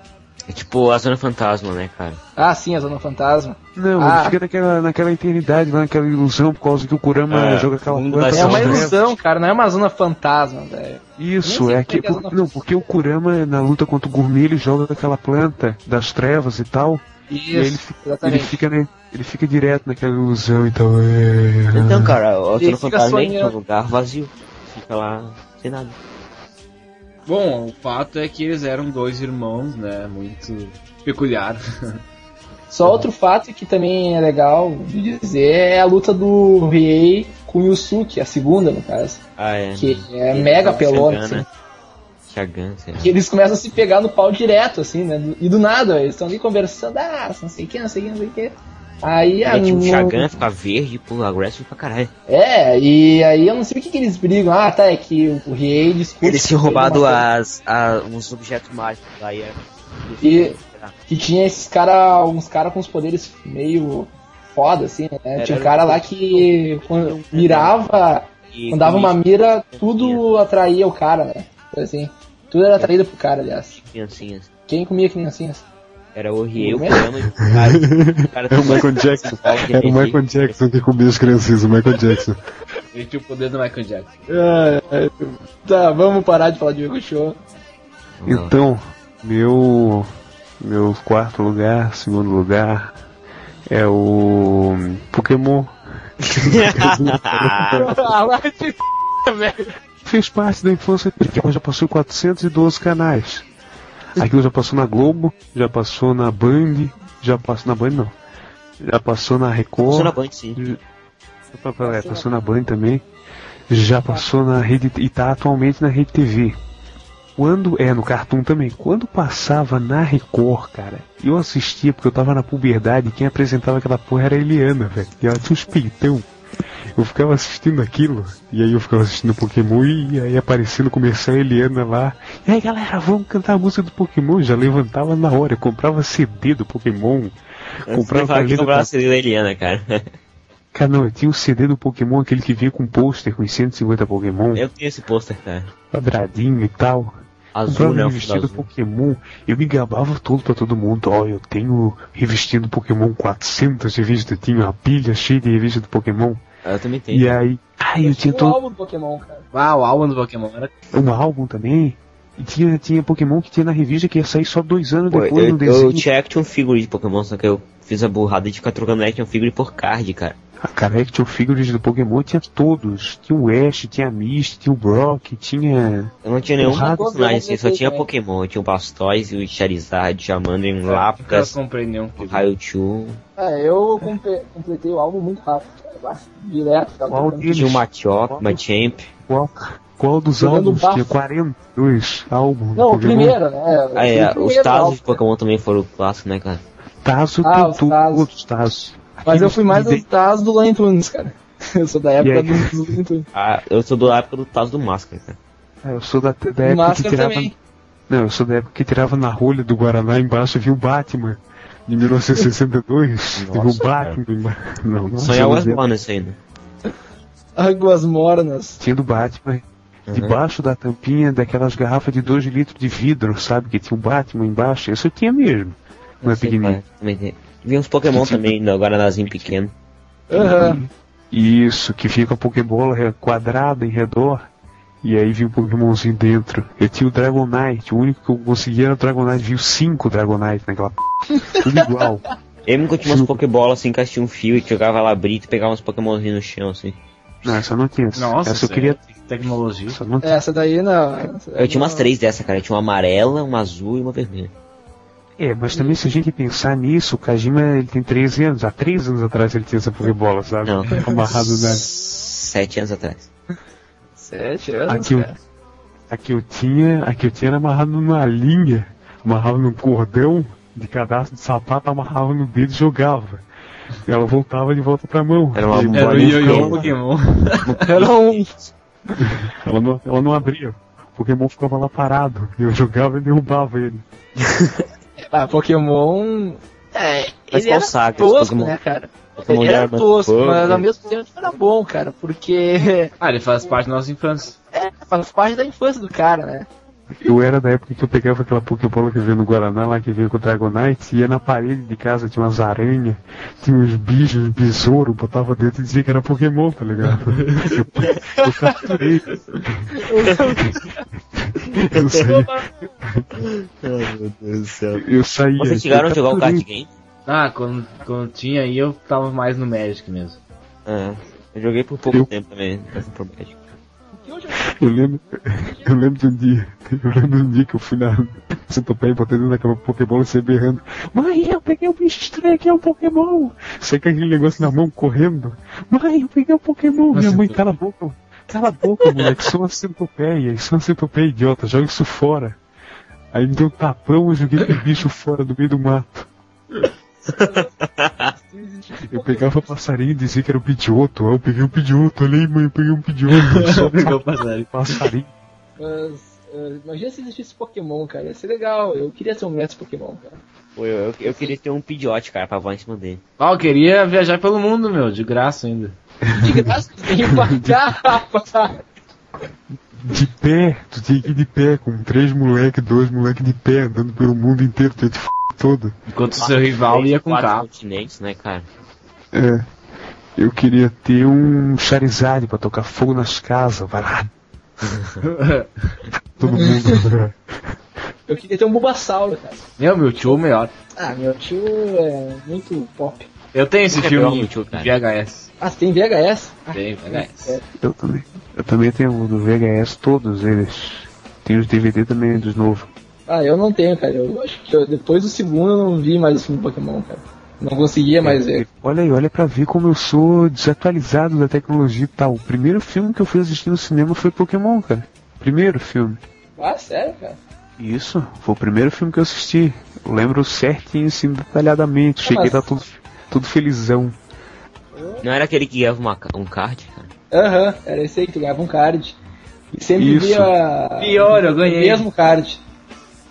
C: É tipo a Zona Fantasma, né, cara?
B: Ah, sim, a Zona Fantasma.
D: Não,
B: Ah.
D: ele fica naquela, naquela eternidade, lá, naquela ilusão, por causa que o Kurama
C: É,
D: joga aquela
C: mundo
D: planta
C: das
B: É
D: nas
B: uma
C: sombras.
D: trevas.
B: ilusão, cara, não é uma Zona Fantasma, velho.
D: Isso,
B: Nem
D: é
B: sei como é
D: que.
B: que é
D: por-
B: a zona-
D: não, porque o Kurama, na luta contra o Gourmet, ele joga aquela planta das trevas e tal. E ele,
B: Isso,
D: fi- ele
B: exatamente.
D: fica, né, ele fica direto naquela ilusão e tal. é,
C: Então, cara, a
B: Ele fica
C: Zona Fantasma é
B: sonhando.
C: um lugar vazio. Fica lá sem nada.
E: Bom, o fato é que eles eram dois irmãos, né? Muito peculiar.
C: Tá
B: Só outro fato que também é legal de dizer é a luta do Riei com o Yusuke, a segunda, no caso.
C: Ah, é.
B: Que
D: né?
B: é mega pelona, assim.
C: Chagan, né? sei lá.
B: Que eles começam a se pegar no pau direto, assim, né? E do nada, eles estão ali conversando, ah, não sei o que, não sei o que, não sei o que. Aí ah, a.
C: É tipo
B: no-
C: Chagan, fica verde, pô, agressivo pra caralho.
B: É, e aí eu não sei o que, que eles brigam. Ah, tá, é que o- o Riei discute.
C: Eles tinham roubado
B: é uma coisa
C: as, a- uns objetos mágicos da era.
B: E- Que tinha esses cara, uns cara com os poderes meio foda, assim, né?
C: Era- né?
B: tinha um cara lá que quando mirava, quando dava uma mira, tudo atraía o cara, né? Coisa assim. Tudo era atraído pro cara, aliás.
C: criancinhas.
B: Quem comia assim, criancinhas?
C: assim, Era o Rie, o
B: Como é?
C: Kurama e o cara. O cara
D: É o Michael Jackson. Era o Michael Jackson que comia as criancinhas, o Michael Jackson.
E: Ele tinha o poder do Michael Jackson.
B: É, Tá, vamos parar de falar de Yoko Show.
D: Então, meu meu quarto lugar, segundo lugar é o Pokémon. Fez parte da infância que eu já passou em 412 canais. Aquilo já passou na Globo, já passou na Band, já passou na Band não. Já passou na Record.
C: Funciona bom, sim.
D: Opa, opa, é, passou na Band também. Já passou na rede e tá atualmente na Rede TV. Quando é no Cartoon também. Quando passava na Record, cara, eu assistia porque eu tava na puberdade e quem apresentava aquela porra era a Eliana, velho. E ela tinha uns peitão. Eu ficava assistindo aquilo, e aí eu ficava assistindo Pokémon e aí aparecendo comercial a Eliana lá. E aí galera, vamos cantar a música do Pokémon. Já levantava na hora, eu comprava CD do Pokémon.
C: Comprava
D: Comprava
C: aqui
D: caneta
C: no braço da Eliana, cara.
D: Cara, não, eu tinha um CD do Pokémon, aquele que vinha com pôster, com os 150 Pokémon,
C: Eu tenho esse pôster, cara.
D: quadradinho e tal.
C: Azul,
D: Comprava
C: né? O fundo
D: revestido
C: azul.
D: Pokémon, eu me gabava todo pra todo mundo. Ó, eu tenho revestido Pokémon 400 revistas, eu tinha uma pilha cheia de revistas do Pokémon.
C: Ah, Eu também tenho.
D: E aí, ai, eu tinha
B: O
D: todo
B: um álbum do Pokémon, cara.
E: Ah, o álbum do Pokémon era.
D: um álbum também. E tinha, tinha Pokémon que tinha na revista que ia sair só dois anos
C: Pô,
D: depois no
C: eu, eu,
D: desenho.
C: tinha action figure de Pokémon, só que eu fiz a burrada de ficar trocando action figure por card, cara.
D: A Ah, cara, Action Figures do Pokémon tinha todos. Tinha o Ash, tinha a Misty, tinha o Brock, tinha...
C: Eu não tinha nenhum
D: Porrada,
C: personagem,
B: eu não
C: assim, só
B: sei
C: tinha
B: também.
C: Pokémon. Eu tinha o Blastoise, o Charizard, o Charmander,
E: É,
C: o
E: Nunca
C: Lapras,
E: comprei nenhum.
C: o Raichu,
B: É, eu compe- completei o álbum muito rápido, cara. Lá, Direto, tava
D: Qual
B: tocando.
D: deles?
C: tinha o Machoke, Machamp.
D: Qual, qual dos
B: Jogando
D: álbuns
B: bafo.
D: tinha 42 álbuns?
B: Não,
D: do
B: o
D: Pokémon?
B: primeiro, né?
C: Ah, é,
B: O
C: os
B: primeiro
C: Tazos
B: álbum.
C: de Pokémon também foram clássicos, né, cara?
D: Tazo
B: Ah,
D: tem
B: os
D: tu-
B: Tazos.
D: outros Tazos.
B: Mas eu fui mais
D: Aqui
B: dos Tazos do Looney Tunes, cara. Eu sou da
D: E
B: época
D: aí?
B: do do Looney Tunes.
C: Ah, eu sou da época do Tazo do Máscara, cara.
D: É, Eu sou da, da
B: O
D: época que
B: Máscara
D: tirava.
B: também.
D: Não, eu sou da época que tirava na rolha do Guaraná embaixo e via o Batman. De 1962, teve o
C: Nossa,
D: Batman. emba- Não, não
C: Sonhava as
D: sei.
C: bolas isso né? ainda.
B: Águas mornas.
D: Tinha do Batman. Debaixo da tampinha daquelas garrafas de 2 litros de vidro, sabe? Que tinha o Batman embaixo. Isso eu tinha mesmo. Não é pequenininho.
C: Também tem. Vi uns Pokémon também, no Guaranazinho pequeno.
B: Aham.
D: Uhum. Isso, que fica a Pokébola re- quadrada em redor. E aí vinha o Pokémonzinho dentro. Eu tinha o Dragonite, o único que eu conseguia era o Dragonite. Viu cinco Dragonite naquela p. Tudo igual.
C: Eu me tinha umas Pokébolas assim, que elas tinham um fio e que jogava lá brito e pegava uns Pokémonzinhos no chão, assim.
D: Não, essa eu não tinha.
E: Nossa,
D: essa eu
E: isso
D: queria.
E: é Tecnologia.
D: Essa eu não tinha.
B: Essa daí não. Essa daí
C: Eu tinha umas
B: não.
C: três dessa, cara. Eu tinha uma amarela, uma azul e uma vermelha.
D: É, mas também se a gente pensar nisso, o Kajima ele tem 13 anos. Há 3 anos atrás ele tinha essa Pokébola, sabe?
C: Não.
D: Amarrado na.
C: Sete anos atrás.
B: Sete anos,
D: Aqui um- eu,
B: cara.
D: a que eu tinha, a que eu tinha era amarrado numa linha, amarrado num cordão, de cadastro de sapato, amarrava no dedo e jogava. Ela voltava de volta pra mão.
C: Era uma
D: E
C: boa
E: Era o
D: ela não
E: ioiô
D: ficava-
E: Pokémon.
C: Era um.
D: Ela não, ela não abria. O Pokémon ficava lá parado. Eu jogava e derrubava ele.
B: Ah, Pokémon. É,
C: Mas
B: ele
C: qual
B: era
C: saga?
B: tosco,
C: Pokémon-
B: né, cara?
C: Pokémon
B: Ele
C: de
B: era
C: arma-
B: tosco,
C: Pô,
B: mas
C: né?
B: ao mesmo tempo era bom, cara, porque
E: Ah, ele faz parte da nossa infância.
B: é, faz parte da infância do cara, né?
D: Eu era da época que eu pegava aquela Pokébola que veio no Guaraná, lá que veio com o Dragonite, ia na parede de casa, tinha umas aranhas, tinha uns bichos, uns besouros, botava dentro e dizia que era Pokémon, tá ligado? Eu, eu capturei. Eu saía,
C: Ai, meu Deus do céu.
D: eu saía.
C: Vocês chegaram a jogar o card game?
E: Ah, quando, quando tinha aí eu tava mais no Magic mesmo.
C: Ah, eu joguei por pouco
D: Eu-
C: tempo também, mas não promete.
D: Eu lembro, eu lembro de um dia, eu lembro de um dia que eu fui na centopeia e botei dentro daquela Pokébola e saí berrando. Mãe, eu peguei um bicho estranho aqui, é um Pokémon. Saí com aquele negócio na mão correndo. Mãe, eu peguei um Pokémon. Minha mãe, cala a boca. Cala a boca, moleque, sou uma centopeia, isso é uma centopeia idiota, joga isso fora. Aí me deu um tapão e joguei aquele bicho fora do meio do mato. Eu pegava passarinho e dizia que era um pidioto. Ah, eu peguei um pidioto, olha aí, mãe, eu peguei um pidioto. Só
E: Pegou pra sério.
D: passarinho.
B: Mas, ah, imagina se existisse Pokémon, cara. Ia ser legal. Eu queria ser um mestre Pokémon, cara.
C: Pô, eu, eu, eu queria ter um pidiote, cara, pra voar em cima dele.
E: Ah, eu queria viajar pelo mundo, meu, de graça ainda.
B: De graça, tem que pagar, rapaz.
D: De pé, tu tinha que ir de pé, com três moleque, dois moleque de pé, andando pelo mundo inteiro, tu ia te f todo.
E: Enquanto o seu rival
C: Três,
E: ia com
C: quatro
E: carro.
C: continentes, né, cara?
D: É. Eu queria ter um Charizard pra tocar fogo nas casas, vai lá. Todo mundo.
B: Eu queria ter um Bulbasauro, cara.
E: meu, meu tio é o melhor.
B: Ah, meu tio é muito pop.
E: Eu tenho esse
C: Nunca pegou
E: filme
C: meu
E: em
C: tio, cara.
E: VHS.
B: Ah, você tem VHS? Ah,
E: Tem VHS.
D: Eu também. Eu também tenho o do VHS, todos eles. Tem os DVD também, dos novos.
B: Ah, eu não tenho, cara. Eu acho que eu- depois do segundo eu não vi mais o filme Pokémon, cara. Não conseguia mais ver.
D: Olha aí, olha pra ver como eu sou desatualizado da tecnologia e tal. O primeiro filme que eu fui assistir no cinema foi Pokémon, cara. Primeiro filme.
B: Ah, sério, cara?
D: Isso, foi o primeiro filme que eu assisti. Eu lembro certinho, assim, detalhadamente. Cheguei
B: É, mas-
D: lá tudo, tudo felizão.
C: Não era aquele que ganhava uma ca- um card, cara?
B: Aham, era esse aí, tu ganhava um card. E sempre
D: Isso.
B: via.
E: Pior, eu ganhei.
B: O mesmo card.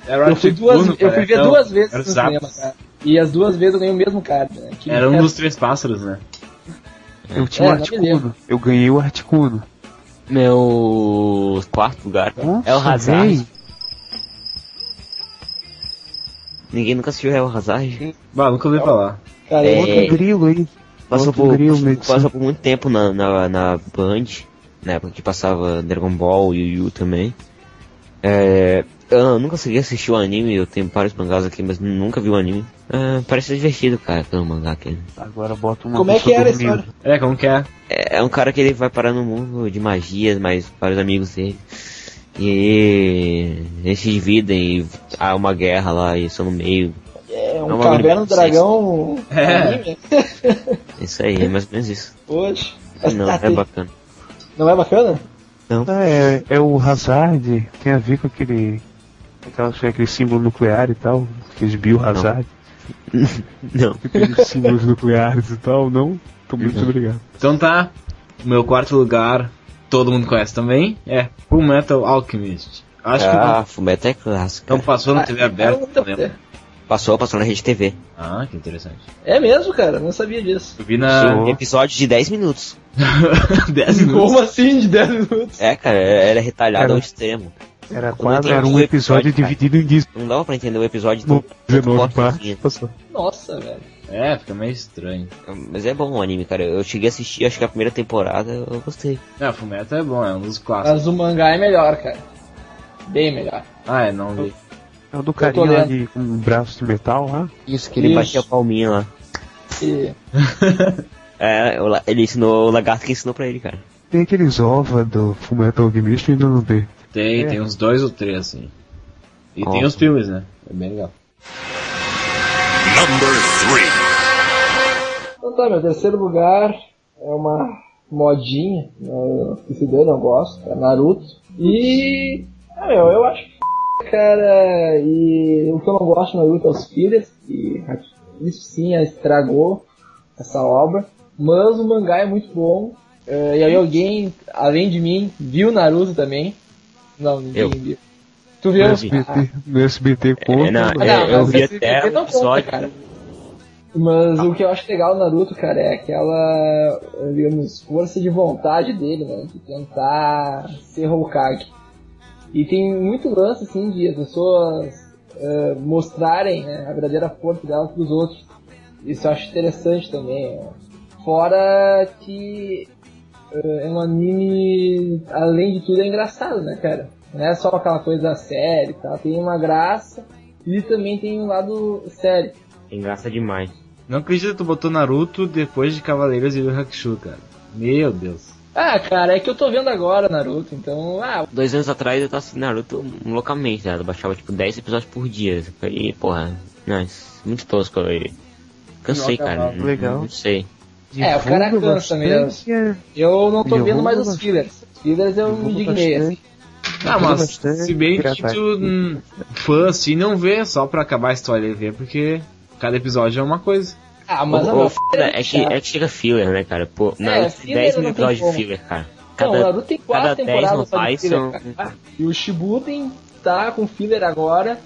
E: Era o
B: É, Eu fui, duas,
E: Articuno,
B: eu
E: cara,
B: fui ver
E: então,
B: duas vezes
E: era o
B: no
E: Zapdos.
B: cinema, cara. E as duas vezes eu ganhei o mesmo card, né? Que
E: Era um
B: merda.
E: dos três pássaros, né?
D: Eu tinha
B: É,
D: o
B: não me
D: Articuno. Eu ganhei o Articuno.
C: Meu quarto lugar é o
D: Nossa,
C: Hazard.
D: véi.
C: Ninguém nunca assistiu El Hazard.
E: Bah, nunca ouvi falar.
B: Cara,
C: É.
B: eu nunca-
D: Outro grilo, hein?
C: Passou
D: Outro
C: por,
D: grilo na edição.
C: passou por muito tempo na, na, na Band, na época que passava Dragon Ball e Yu Yu também. É, eu nunca consegui assistir o anime, eu tenho vários mangás aqui, mas nunca vi o anime. É, parece ser divertido, cara, pelo mangá aquele.
D: Agora bota uma
B: Como é
D: pessoa
B: que era a
D: dormindo.
E: É, como que é?
C: É, é um cara que ele vai parar no mundo de magias, mas vários amigos dele. E aí, eles se dividem e há uma guerra lá e são no meio.
B: é
C: é
B: um
C: uma
B: caverna do
C: grande-
B: dragão.
E: É.
B: anime.
C: Isso aí, é mais ou menos isso.
B: Poxa.
C: Não,
B: Ah,
C: é
B: tem-
C: bacana.
B: não é bacana?
D: Ah, é, é o Hazard, tem a ver com aquele. Aquela, aquele símbolo nuclear e tal. Aqueles biohazard.
C: Não.
D: Aqueles símbolos nucleares e tal, não? Tô muito
B: Uhum.
D: obrigado.
E: Então tá. O meu quarto lugar, todo mundo conhece também, é Full Metal Alchemist. Acho
C: Ah,
E: que
C: Fumeto é clássico.
E: não passou na
B: Ah,
E: TV aberta,
B: então-
E: não lembro.
C: Passou, passou na Rede TV.
E: Ah, que interessante.
B: É mesmo, cara. Não sabia disso.
E: Eu vi na
D: Sou.
C: Episódio de 10 minutos.
E: 10 minutos.
B: Como assim de 10 minutos?
C: É, cara, era retalhado
D: Cara.
C: ao extremo.
D: Era
C: quase-
D: quase era um episódio
C: cara.
D: dividido em 10
C: Não dava pra entender o episódio
D: no-
C: todo.
D: 19
C: corte,
D: partes.
C: assim.
D: Passou.
B: Nossa, velho.
E: É, fica meio estranho.
C: Mas é bom o anime, cara. Eu cheguei a assistir, acho que a primeira temporada, eu gostei.
E: É, Full Metal é bom, é um dos clássicos.
B: Mas o mangá é melhor, cara. Bem melhor.
E: Ah, é, não vi.
D: É o do
B: tô
D: carinha lá
B: lendo.
D: de, com um braço de metal lá.
C: Isso, que ele
B: Isso.
C: batia a palminha lá.
B: E-
C: É, o la- ele ensinou, o lagarto que ensinou pra ele, cara.
D: Tem aqueles ova do Fullmetal Alchemist ainda não tem.
E: Tem,
D: É.
E: tem uns dois ou três, assim. E tem
C: Ó.
E: os filmes, né? É bem legal.
B: Então tá, meu terceiro lugar é uma modinha, né? eu esqueci dele, não gosto, é Naruto. E. Ah, meu, eu acho que cara, e o que eu não gosto no Naruto é os fillers, e isso sim é, estragou essa obra. Mas o mangá é muito bom. Uh, e aí alguém, além de mim, viu Naruto também. Não, ninguém
C: Eu.
B: viu. Tu
D: No
B: viu? Ah,
D: SBT, no SBT conta.
C: É, não,
D: mas-
C: é, eu
B: mas
C: vi
B: esse
C: até
B: não
C: o
B: conta,
C: episódio.
B: cara. Mas o que eu acho legal no Naruto, cara, é aquela, digamos, força de vontade dele, né? De tentar ser Hokage. E tem muito lance, assim, de as pessoas eh, mostrarem né, a verdadeira força dela pros outros. Isso eu acho interessante também. né. Fora que eh, é um anime, além de tudo, é engraçado, né, cara? Não é só aquela coisa séria e tal. Tem uma graça e também tem um lado sério.
C: Engraça demais.
E: Não acredito que tu botou Naruto depois de Cavaleiros e Yu Hakusho, cara. Meu Deus.
B: Ah, cara, é que eu tô vendo agora Naruto, então. Ah,
C: Dois anos atrás eu tava assistindo Naruto loucamente, né? Eu baixava tipo 10 episódios por dia. E, porra, mas muito tosco. Eu cansei,
E: Não,
C: cara.
E: acabava.
C: Não-
D: Legal.
C: Não sei.
B: É, o cara
D: Divulga
B: cansa
D: bastante, é,
B: eu não tô
D: Eu
B: vendo
D: vou
B: mais os
D: bastante.
B: fillers. Os fillers eu me
D: divulga
B: indignei. assim.
D: bastante.
E: Ah,
D: Tudo
E: mas
D: bastante
E: se bem que
D: pirataria.
E: tu hum, fã assim não vê só pra acabar a história ele vê, porque cada episódio é uma coisa.
B: Ah, mas
C: O-
B: a
C: o
B: não,
C: foda é, que, é que chega filler, né, cara? Pô, Naruto tem
B: É, filler
C: 10
B: não
C: mil
B: tem
C: episódios de
B: como. Então,
C: filler, cara.
B: não,
C: Cada,
B: Naruto tem
C: cada
B: quatro
C: 10 no
B: temporadas só de
C: Python.
B: filler. cara. E o Shibuten tá com filler agora.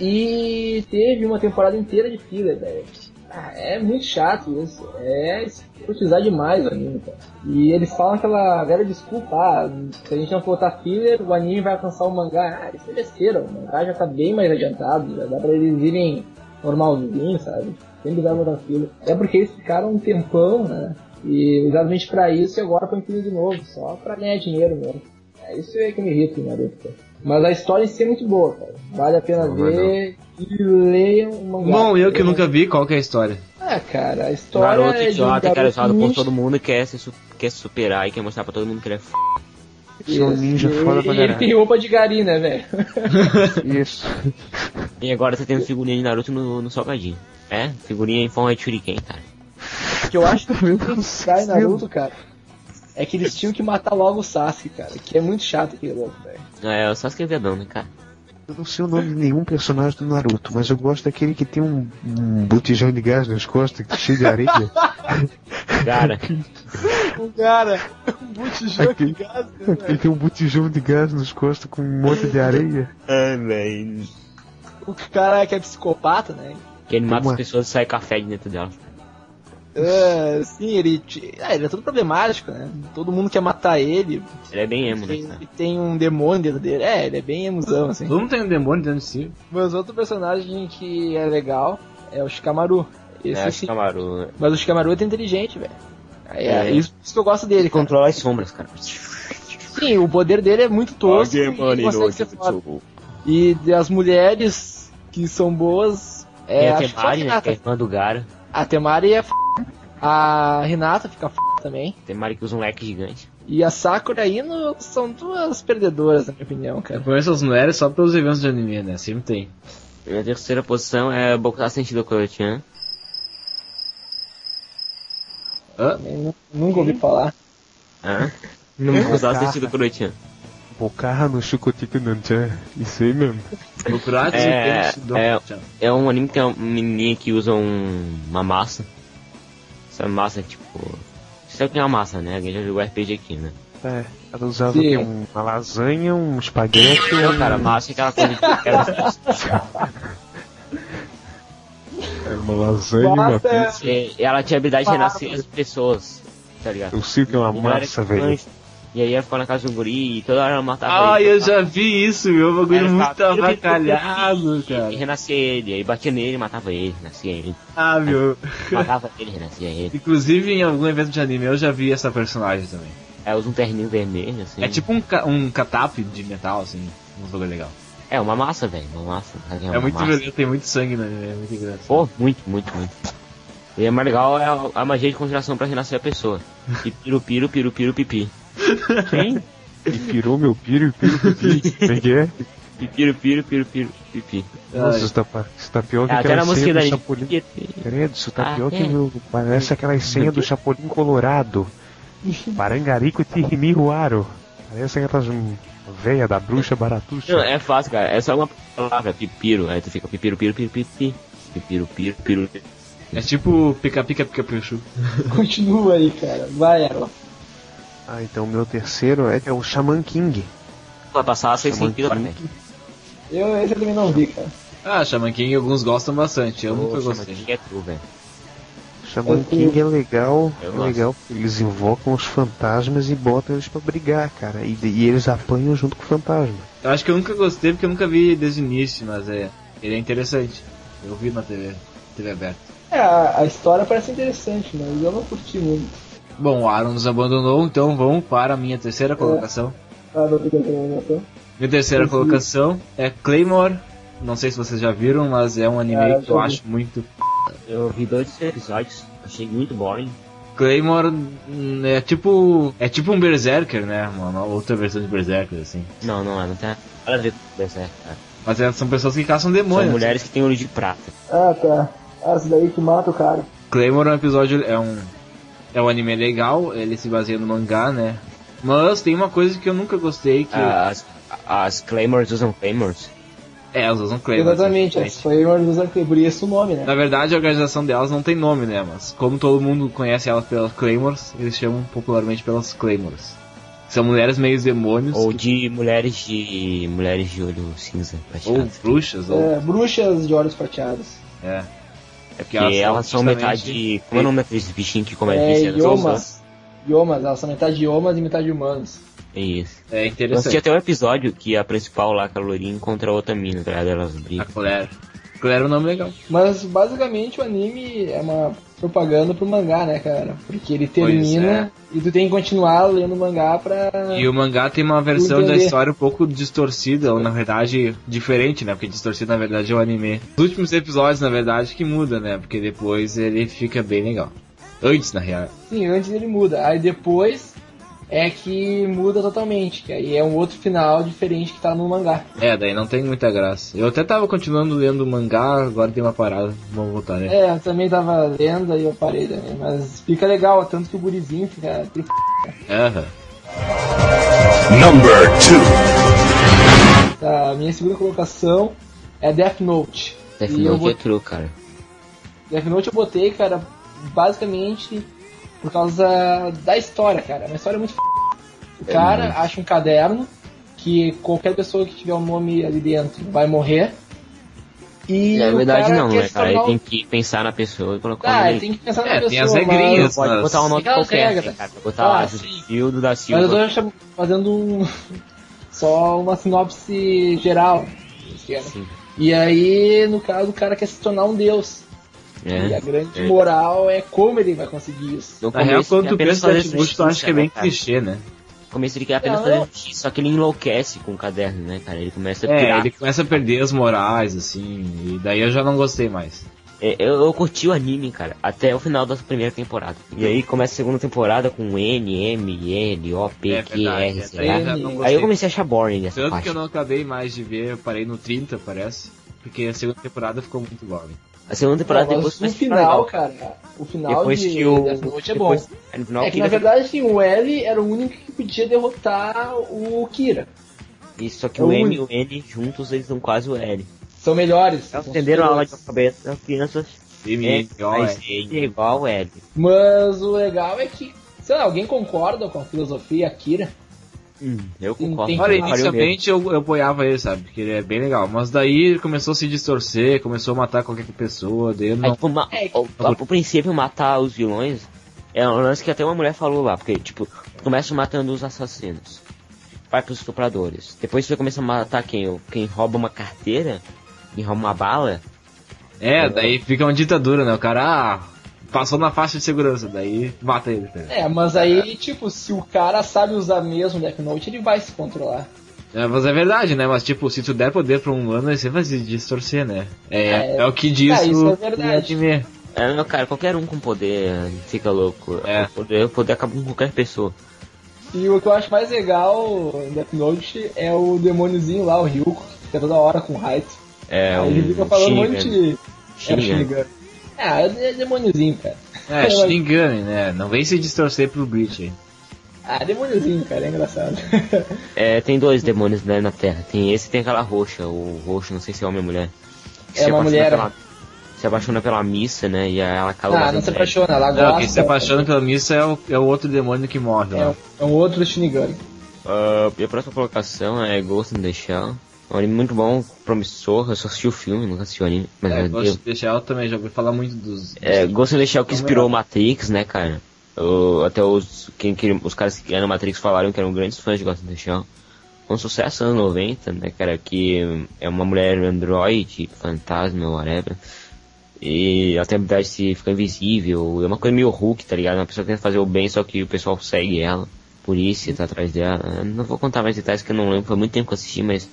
B: E teve uma temporada inteira de filler, velho. Ah, é muito chato isso. É escrotizar demais o anime, cara. E eles falam aquela velha desculpa, ah, se a gente não botar filler, o anime vai alcançar o mangá. Ah, isso é besteira, o mangá já tá bem mais adiantado, já dá pra eles irem normalzinho, sabe? Sempre dá pra botar filler. É porque eles ficaram um tempão, né? E exatamente pra isso e agora põe filler de novo, só pra ganhar dinheiro mesmo. É isso aí que me irrita, em Naruto. cara. Mas a história em si é muito boa, cara. Vale a pena ver e leiam o mangá.
E: Bom, eu que
B: Leiam.
E: nunca vi, qual que é a história?
B: Ah, cara, a história
C: Naruto
B: é de um
C: idiota, cara,
B: garoto
C: usado por
B: ninja
C: todo mundo, quer se su- quer se superar e quer mostrar pra todo mundo que ele é f...
D: Isso, é um ninja
B: e-
D: foda pra
B: E ele
D: caralho.
B: tem roupa de gari, né, velho?
D: Isso.
C: E agora você tem figurinha de Naruto no, no salgadinho. É, figurinha em forma de shuriken, cara.
B: Que eu acho que
D: Meu
B: Sai
D: Deus.
B: Naruto, cara. É que eles tinham que matar logo o Sasuke, cara. Que é muito chato aquele louco, velho.
C: É, o Sasuke é viadão, né, cara?
D: Eu não sei o nome de nenhum personagem do Naruto, mas eu gosto daquele que tem um, um botijão de gás nas costas, é cheio de areia.
C: Cara,
H: O cara, um botijão de
D: Aqui.
H: gás, né,
D: Ele
H: velho?
D: tem um botijão de gás nas costas com um monte de areia.
C: ai, velho.
B: O cara que é psicopata, né?
C: Que ele mata
D: Uma-
C: as pessoas e sai café de dentro dela.
H: Ah,
B: Sim, ele. te- Ah, ele é todo problemático, né? Todo mundo quer matar ele.
C: Ele é bem emo, né, cara?
B: Ele tem um demônio dentro dele. É, ele é bem emuzão, assim.
E: Todo mundo tem um demônio dentro de si.
B: Mas outro personagem que é legal é o Shikamaru. Esse
C: é,
B: sim.
C: Shikamaru.
B: Mas o Shikamaru é inteligente, velho. É, é
C: É.
B: isso, isso que eu gosto dele,
C: Ele
B: cara.
C: controla as sombras, cara.
B: Sim, o poder dele é muito tosco. e
C: Olha,
B: consegue
C: mano,
B: ser foda.
C: Jutsu.
B: E das mulheres que são boas.
C: Tem
B: É,
C: a
B: acho que só a
C: Temari, né, que é a
B: Renata.
C: irmã do Gara.
B: A Temari é f... A Renata fica f... também.
C: Temari que usa um leque gigante.
B: E a Sakura e a Ino são duas perdedoras, na minha opinião,
E: Eu
B: cara.
E: conheço as mulheres só pelos eventos de anime, né? Sempre tem.
C: E a terceira posição é Bokutatsu Senshidokoro-chan.
B: Eu nu- nunca ouvi falar.
C: Hã? Bokutatsu
D: Bocarra.
C: Senshidokoro-chan.
D: Bocarra no Chucotico Nanchan. Isso aí mesmo.
E: Bukurats
C: É,
E: e Tenshi
C: é.
E: Dojo.
C: É um anime que tem uma menininha que usa um, uma massa. Essa massa, tipo... Você sabe o que é uma massa, né? Alguém já jogou RPG aqui, né?
D: É, ela usava
B: Sim.
D: tem uma lasanha, um espaguete.
C: Não, cara, massa é aquela coisa que era,
D: Uma lasanha, uma
B: Massa é-
D: pizza.
C: é, ela tinha a habilidade de renascer as pessoas, tá ligado?
D: Eu sei que é uma
C: E ela era
D: massa,
C: gigante,
D: velho.
C: E aí ela ficou na casa do guri e toda hora ela matava
E: Ah,
C: ele.
E: eu já vi isso, meu o bagulho
C: Era
E: muito
C: pra-
E: avacalhado,
C: E
E: cara.
C: renascia ele, aí batia nele, matava ele, renascia ele.
E: Ah, meu.
C: Matava ele, renascia ele.
E: Inclusive em algum evento de anime eu já vi essa personagem também.
C: Aí usa um terninho vermelho, assim.
E: É tipo um, ca- um catap de metal, assim. Um jogo legal.
C: É uma massa, velho, uma massa. Sabe que
E: É,
C: uma
E: muito
C: massa?
E: violento, tem muito sangue no anime, é muito engraçado.
C: Pô, muito, muito, muito. E é mais legal é a, a magia de conjuração pra renascer a pessoa. E piru, piru, piru, piru, pipi. Quem?
D: E pirou meu piro, e piro, pipi. Como é que é?
C: E Piru, piru, piru, piru, pipi.
D: Nossa, isso tá, pa- isso tá pior que
C: É, até
D: aquela
C: na
D: senha
C: música da
D: do
C: gente.
D: Chapolin. Credo, isso tá
C: Ah,
D: pior que
C: é.
D: meu, parece aquela senha do Chapolin Colorado. Parangarico Tirimiruaro. Parece aquelas veia da bruxa baratuxa.
C: Não, é fácil, cara. É só uma palavra, pipiro. Aí tu fica pipiro, piro, piro, piro, pi. pipiro, piro, piro.
E: É tipo pica pica pica pichu.
B: Continua aí, cara. Vai, Erla.
D: Ah, então o meu terceiro é, é o Shaman King.
C: Vai passar a 600
D: Shaman
C: pila pra
D: King.
C: mim.
B: Eu, esse eu também não vi, cara.
E: Ah, Shaman King alguns gostam bastante, eu nunca gostei.
C: é tu, velho.
D: Shaman
B: Eu-
D: King é legal, é
C: Eu gosto.
D: legal. porque Eles invocam os fantasmas e botam eles pra brigar, cara. E, e eles apanham junto com o fantasma.
E: Eu acho que eu nunca gostei porque eu nunca vi desde o início, mas é. Ele é interessante. Eu vi na TV, TV aberta.
B: É, a, a história parece interessante, mas eu não curti muito.
E: Bom, o Aaron nos abandonou, então vamos para a minha terceira colocação.
B: Ah, não fica com
E: Minha
B: Uhum.
E: terceira colocação é Claymore. Não sei se vocês já viram, mas é um anime
B: Cara,
E: que eu
B: Ah, já vi.
E: acho muito.
C: Eu vi dois episódios, achei muito boring.
E: Claymore hum, é tipo. é tipo um Berserker, né? Uma, uma outra versão de Berserker, assim.
C: Não, não é, não tem nada a ver com isso, né, cara.
E: Mas elas são pessoas que caçam demônios.
C: São mulheres que têm olho de prata.
B: Ah, tá. Ah, isso daí que mata o cara.
E: Claymore é um episódio. É um. É um anime legal, ele se baseia no mangá, né? Mas tem uma coisa que eu nunca gostei, que
B: Ah.
C: As, as Claymores usam Claymores.
E: é, elas usam Claymore.
B: Exatamente,
E: simplesmente.
B: essa foi uma dos arquivos, por isso o nome, né?
E: Na verdade, a organização delas não tem nome, né? Mas como todo mundo conhece elas pelas Claymores, eles chamam popularmente pelas Claymores. São mulheres meio demônios,
C: Ou
E: ou,
C: de mulheres de. mulheres de olho cinza prateado.
E: bruxas, ou...
B: É, bruxas de olhos prateados.
E: É. É porque
C: Que elas são
E: justamente-
C: metade. Como é o nome daqueles bichinhos que comem
B: É,
C: viciados?
B: iomas. Iomas, elas são metade iomas e metade humanos.
C: É isso.
E: É
C: Eu assisti
E: interessante.
C: até um episódio que é a principal lá, aquela loirinha, encontra outra mina, tá ligado? Elas
E: A
C: brigam.
E: Claire. Claire é um nome legal.
B: Mas basicamente o anime é uma propaganda pro mangá, né, cara? Porque ele termina e tu tem que continuar lendo o mangá pra.
E: E o mangá tem uma versão
B: Entendi.
E: da história um pouco distorcida, ou na verdade diferente, né? Porque distorcida na verdade é o anime. Os últimos episódios, na verdade, que muda, né? Porque depois ele fica bem legal. Antes, na real.
B: Sim, antes ele muda. Aí depois é que muda totalmente, que aí é um outro final diferente que tá no mangá.
E: É, daí não tem muita graça. Eu até tava continuando lendo o mangá, agora tem uma parada. Vamos voltar, né?
B: É, eu também tava lendo aí eu parei também, mas fica legal, tanto que o gurizinho fica tri-
E: Aham.
B: A tá, minha segunda colocação é Death Note. é
C: Até
B: e eu
C: final
B: vou-
C: de true, cara.
B: Death Note eu botei, cara, basicamente por causa da história, cara. É Uma história muito f... O
C: É
B: cara acha um caderno que qualquer pessoa que tiver o nome ali dentro vai morrer. E
C: Na
B: o
C: verdade
B: cara
C: não,
B: quer
C: né,
B: se
C: cara? Ele
B: tornar
C: tem
B: o-
C: que pensar na pessoa e colocar o
B: Ah,
C: nome
B: ele
C: dele.
B: tem que pensar na
E: É,
B: pessoa.
E: tem as
C: Não
E: regrinhas,
B: Mas...
C: pode
E: Nossa.
C: botar um nome
B: Tem aquelas
C: qualquer, né,
B: regras.
C: cara. Botar
B: Ah,
C: ah,
B: sim.
C: Gildo da
E: tipo-
B: Mas eu
C: Silva.
B: tô cham- fazendo um... só uma sinopse geral.
C: Sim.
B: E aí, no caso, o cara quer se tornar um deus. E a
C: É.
B: grande
C: É.
B: moral é como ele vai conseguir isso.
C: No
E: Na real,
C: começo,
E: quando
C: ele
E: tu
C: apenas
E: pensa no
C: faz
E: Death Note, tu acha que é
C: né,
E: bem
C: cara?
E: clichê, né?
C: No começo ele quer apenas
B: Não,
C: fazer
B: não.
C: justiça, só que ele enlouquece com o caderno, né, cara? Ele começa a
E: É,
C: pirar.
E: ele começa a perder as morais, assim, e daí eu já não gostei mais.
C: É, Eu, eu curti o anime, cara, até o final da primeira temporada. E aí começa a segunda temporada com N, M, N, O, P,
E: É
C: Q,
E: verdade,
C: R,
E: é,
C: sei
E: daí
C: lá.
E: eu já não
C: Aí eu
E: gostei.
C: comecei a achar boring essa
E: Tanto que
C: parte.
E: eu não acabei mais de ver, eu parei no 30, parece. Porque a segunda temporada ficou muito boring.
C: A segunda temporada
B: Não, mas
C: depois
B: o
C: começa a ficar
B: final,
C: legal.
B: cara, o final
C: Depois
B: de
C: que o...
B: Death Note é bom.
C: depois- é, no final
B: é
C: o
B: que na
C: Kira
B: verdade assim, o L era o único que podia derrotar o Kira.
C: fica- Isso, só que
B: é o
C: o M e
B: único.
C: o N juntos, eles são quase o L.
B: São melhores.
C: Elas
B: são
C: entenderam a aula de
B: superiores.
C: alfabeto das crianças.
E: M,
C: M,
E: O,
C: mais
E: é.
C: N é igual ao L.
B: Mas o legal é que, sei lá, alguém concorda com a filosofia Kira?
C: Hum, eu
B: Tem-
C: concordo.
B: tem-
C: eu
E: Olha, é
C: faria o mesmo.
E: inicialmente eu, eu apoiava ele, sabe? Porque ele é bem legal. Mas daí ele começou a se distorcer, começou a matar qualquer pessoa, daí eu
C: Aí,
E: não.
C: tipo, ma-
B: É,
C: o, a- o princípio, matar os vilões é um lance que até uma mulher falou lá, porque, tipo, tu começa matando os assassinos, vai pros estupradores, depois você começa a matar quem? O- Quem rouba uma carteira, quem rouba uma bala,
E: É, daí fica uma ditadura, né? O cara ah, passou na faixa de segurança, daí mata ele. Né?
B: É, mas aí, tipo, se o cara sabe usar mesmo o Death Note, ele vai se controlar.
E: É, mas é verdade, né? Mas tipo, se tu der poder pra um humano, aí você vai se distorcer, né? É,
B: É.
E: é o que diz
B: Ah, isso
E: o
B: é verdade.
E: o anime.
C: é, não, cara, qualquer um com poder eh, fica louco,
E: É.
C: o, poder, o poder acaba com qualquer pessoa,
B: E o que eu acho mais legal em Death Note é o demôniozinho lá, o Ryuko, que fica toda hora com raio.
C: é
B: Aí ele
C: um
B: fica falando um monte
C: Shinigami.
B: de. É,
C: Shinigami.
B: Shinigami. Ah, é demôniozinho, cara.
E: É, Shinigami, né? Não vem se distorcer pro Bleach aí.
B: Ah, demôniozinho, cara, é engraçado.
C: É, tem dois demônios né, na Terra. Tem esse e tem aquela roxa, o roxo, não sei se é homem ou mulher. Que
B: É
C: se
B: uma
C: apaixona
B: mulher.
C: Pela, se apaixona pela missa, né? E aí ela acaba.
B: ah,
C: casando
B: não se
C: com ele.
B: apaixona, ela
E: Não,
B: gosta.
E: quem se apaixona pela missa é o, é o outro demônio que morre
B: É
E: lá.
B: um, é um outro Shinigami.
C: Ah, e a próxima colocação é Ghost in the Shell. É um anime muito bom, promissor. Eu só assisti o filme, nunca assisti o anime. Mas
E: É,
C: eu-
E: gosto de deixar eu também, já ouvi falar muito dos.
C: É, Ghost in the Shell que
E: Então,
C: inspirou o Matrix, né, cara? O- até os, quem, queria- os caras que eram Matrix falaram que eram grandes fãs de Ghost in the Shell. Foi Um sucesso anos 90, né, cara? Que hum, é uma mulher android, fantasma, whatever. E até a habilidade se fica invisível. É uma coisa meio Hulk, tá ligado? Uma pessoa que tenta fazer o bem, só que o pessoal segue ela. Polícia tá atrás dela. Eu não vou contar mais detalhes que eu não lembro. Foi muito tempo que eu assisti, mas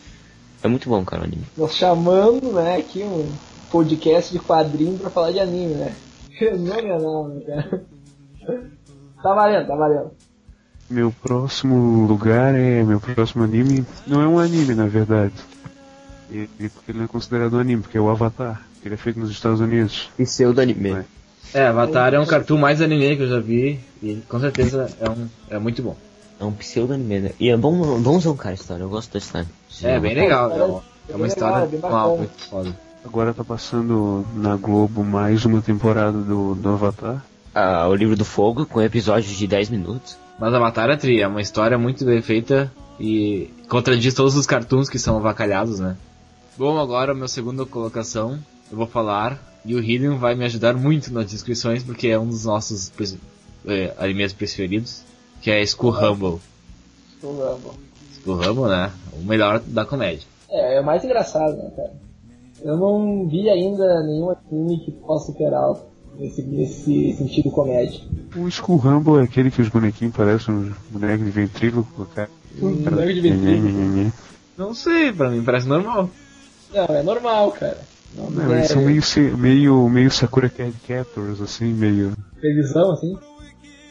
C: é muito bom, cara, o anime.
B: Nós chamando, né, aqui um podcast de quadrinho pra falar de anime, né? Fenomenal, né, cara? Tá valendo, tá valendo.
D: Meu próximo lugar é. Meu próximo anime. Não é um anime, na verdade. Ele, porque ele não é considerado um anime, porque é o Avatar. Ele é feito nos Estados Unidos.
C: E seu do anime.
D: É.
E: É, Avatar é um cartoon mais anime que eu já vi. E com certeza é, um, é muito bom.
C: É um pseudo anime, né? E é bom, bonzão, cara, a história. Eu gosto da história.
E: É, bem legal. É, uma- é
B: bem
E: uma
B: legal,
E: história
B: é bem
E: uma,
B: bacana.
E: muito foda.
D: Agora tá passando na Globo mais uma temporada do, do Avatar.
C: Ah, o livro do fogo com episódios de 10 minutos.
E: Mas Avatar é tri, é uma história muito bem feita e contradiz todos os cartoons que são avacalhados, né? Bom, agora minha segunda colocação, eu vou falar, e o Hidden vai me ajudar muito nas descrições, porque é um dos nossos pres- eh, animes preferidos, que é School Rumble.
B: Então vamos.
E: School Rumble, né? O melhor da comédia.
B: É, é o mais engraçado, né, cara? Eu não vi ainda nenhum anime que possa superar nesse, nesse sentido comédia.
D: O Skull Rumble é aquele que os bonequinhos parecem uns bonecos de ventríloco, cara. hum,
B: Um boneco de
C: é
B: vestido.
E: Não sei, pra mim parece normal.
B: Não, é normal, cara. Não, é
D: Não, eles são meio, se- meio, meio Sakura Card Captors, assim, meio.
B: previsão, assim.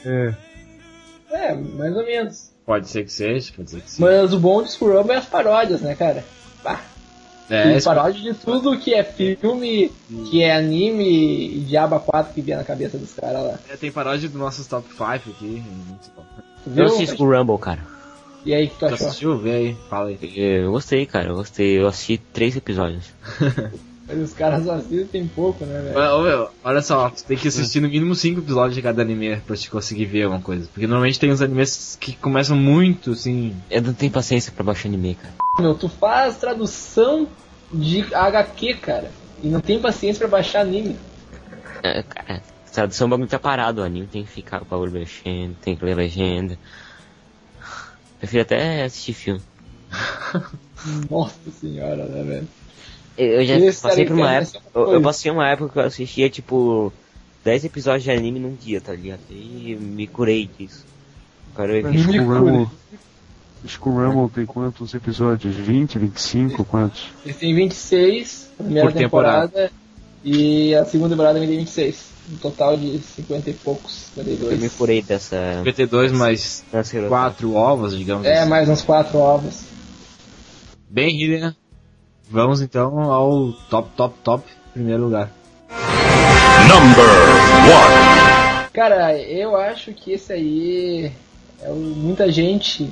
D: É.
B: É, mais ou menos.
E: Pode ser que seja, pode ser que seja.
B: Mas o bom de Scrubber é as paródias, né, cara?
E: É, Hum.
B: Tem paródia de tudo que é filme, que é anime e diaba 4 que vem na cabeça dos caras lá.
E: é, tem paródia dos nossos top 5 aqui. é muito bom.
B: Tu
C: Eu
B: viu?
C: assisti o Rumble, cara.
B: E aí, o que tu
E: Tu
B: achou?
E: assistiu? Vê aí, fala aí.
C: Eu gostei, cara. Eu gostei. Eu assisti três episódios.
B: Mas os caras assistem pouco, né, velho?
E: É, Ô, meu, olha só, tu tem que assistir no mínimo 5 episódios de cada anime pra te conseguir ver alguma coisa. Porque normalmente tem uns animes que começam muito, assim.
C: Eu não tenho paciência pra baixar anime, cara.
B: Meu, tu faz tradução de HQ, cara. E não tem paciência pra baixar anime.
C: É, cara, tradução o bagulho tá parado, o anime tem que ficar com o bagulho mexendo, tem que ler legenda. Prefiro até assistir filme.
B: Nossa senhora, né, velho?
C: Eu, eu já
B: Esse
C: passei por uma
B: cara,
C: época.
B: essa
C: Eu, eu
B: coisa.
C: passei uma época que eu assistia, tipo, 10 episódios de anime num dia, tá ligado? E me curei disso. Cara, eu evito.
D: Skull Rumble. Skull Rumble tem quantos episódios? 20, 25? Quantos?
B: Eles têm 26, a primeira
E: Por
B: temporada.
E: temporada.
B: E a segunda temporada também tem 26. Um total de 50 e poucos,
C: Eu me
B: 52.
C: curei dessa.
E: 52 mais
C: dessa erosão.
E: 4 ovos, digamos
B: É,
E: assim.
B: mais uns 4 ovos.
E: Bem rindo, né? Vamos então ao top, top, top primeiro lugar.
B: Cara, eu acho que esse aí é o- muita gente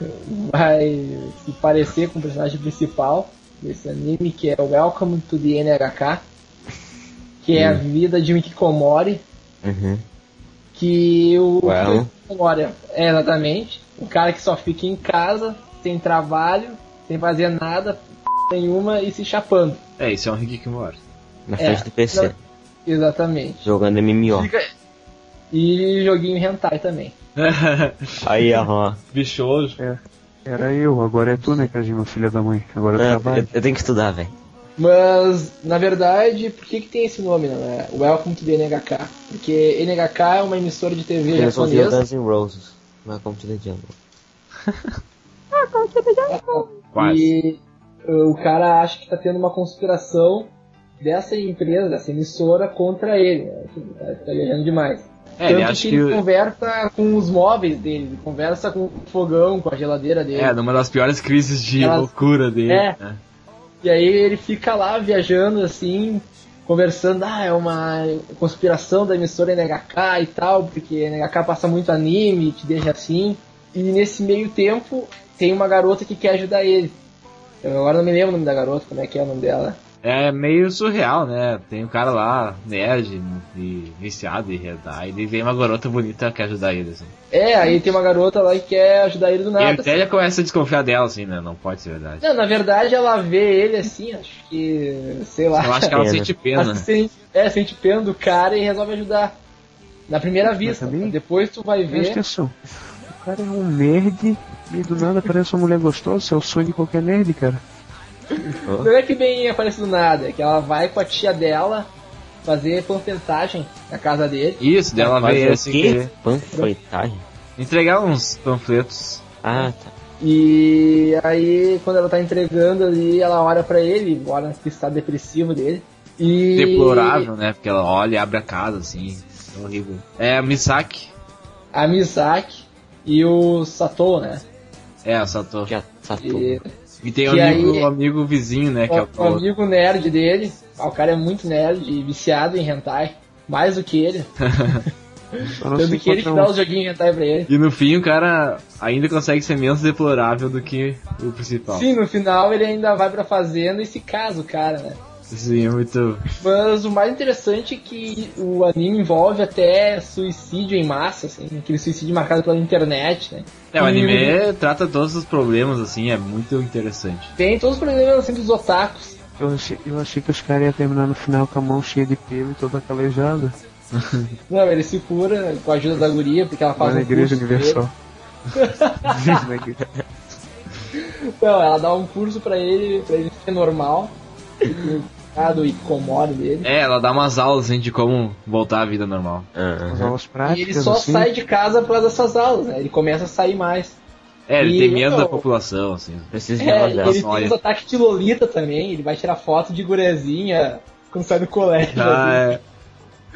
B: vai se parecer com o personagem principal desse anime, que é o Welcome to the NHK, que é a vida de Mikikomori,
C: Uhum.
B: que o
C: Well.
B: Mikikomori é exatamente um cara que só fica em casa, sem trabalho, sem fazer nada p- nenhuma e se chapando.
E: É, isso é um Rick Mori.
C: Na
B: É,
C: frente do PC,
B: não- Exatamente.
C: jogando MMO.
B: E joguinho hentai também.
C: Aí, ó.
E: Bichoso.
D: Era eu, agora é tu, né, Kajima, filha da mãe? Agora
B: É,
D: tá eu
C: Eu,
D: trabalho.
C: eu tenho que estudar, velho.
B: Mas, na verdade, por que, que tem esse nome, né? Welcome to the NHK. Porque NHK é uma emissora de TV
C: Eles vão ver o
B: japonesa.
C: Guns N' Roses. Welcome to the Jungle.
E: Quase.
B: E uh, o cara acha que tá tendo uma conspiração dessa empresa, dessa emissora, contra ele. né? Enfim, Tá, tá viajando demais.
E: É, ele
B: Tanto
E: acha
B: que
E: que.
B: ele conversa com os móveis dele, ele conversa com o fogão, com a geladeira dele.
E: É, numa das piores crises de
B: Elas-
E: loucura dele.
B: É.
E: né?
B: E aí ele fica lá viajando assim, conversando, ah, é uma conspiração da emissora NHK e tal, porque NHK passa muito anime, te deixa assim. E nesse meio tempo tem uma garota que quer ajudar ele. Eu agora não me lembro o nome da garota, como é que é o nome dela.
E: É meio surreal, né? Tem um cara lá, nerd, e viciado e redar, e vem uma garota bonita que ajuda ele, assim.
B: É, aí tem uma garota lá que quer ajudar ele do
E: E
B: nada.
E: ele até já começa a desconfiar dela, assim, né? Não pode ser verdade.
B: Não, na verdade ela vê ele assim, acho que. sei lá.
E: Eu acho que ela
C: Pena.
E: sente pena. né?
B: Mas sente, é, sente pena do cara e resolve ajudar. Na primeira vista.
D: também-
B: Depois tu vai
D: Presta
B: ver.
D: atenção. O cara é um nerd e do nada parece uma mulher gostosa. É o sonho de qualquer nerd, cara.
B: Não é que bem aparece do nada, é que ela vai com a tia dela fazer porcentagem na casa dele.
E: Isso, dela
C: Mas
E: vê
C: é
E: ele
C: o
E: sem
C: quê?
E: querer.
C: Panfletagem?
E: Entregar uns panfletos.
C: Ah, tá.
B: E aí, quando ela tá entregando ali, ela olha pra ele, olha que estado depressivo dele. E.
E: Deplorável, né? Porque ela olha e abre a casa, assim. É
C: um
E: horrível. É, a Misaki.
B: A Misaki e o Satou, né?
E: É, a Sato.
C: Já tá tudo.
B: E
E: E tem o
B: Que
E: amigo,
B: aí-
E: o amigo vizinho, né? Que é o
B: o, o amigo nerd dele. ah, O cara é muito nerd e viciado em hentai. Mais do que ele.
D: Só não
B: Tanto
D: sei é um-
B: que ele que
E: um.
D: encontrar
B: dá os joguinhos hentai pra ele.
E: E no fim o cara ainda consegue ser menos deplorável do que o principal.
B: Sim, no final ele ainda vai pra fazenda e se casa o cara, né?
E: Sim, é muito.
B: Mas o mais interessante é que o anime envolve até suicídio em massa, assim, aquele suicídio marcado pela internet, né?
E: É, o
B: E
E: anime trata todos os problemas, assim, é muito interessante.
B: Tem todos os problemas assim dos otakus.
D: um- Eu achei, eu achei que os caras iam terminar no final com a mão cheia de pelo e toda calejada.
B: Não, ele se cura com a ajuda da guria, porque ela
D: Lá
B: faz
D: na
B: um
D: Igreja
B: curso pra
D: Universal. né, Na igreja.
B: ele. Não, ela dá um curso pra ele, pra ele ser normal. Cuidado e comore dele.
E: É, ela dá umas aulas assim, de como voltar à vida normal.
D: As
C: Ah,
D: aulas
B: E ele
D: práticas,
B: só
D: assim.
B: sai de casa por causa dessas aulas, né? Ele começa a sair mais.
E: É, ele
B: E
E: tem medo
B: eu-
E: da população, assim.
C: ah. preciso de
B: É,
C: uma
B: ele
C: dessa.
B: tem
E: olha.
B: os ataques de Lolita também, ele vai tirar foto de gurezinha quando sai do colégio.
E: Ah,
B: assim.
E: é.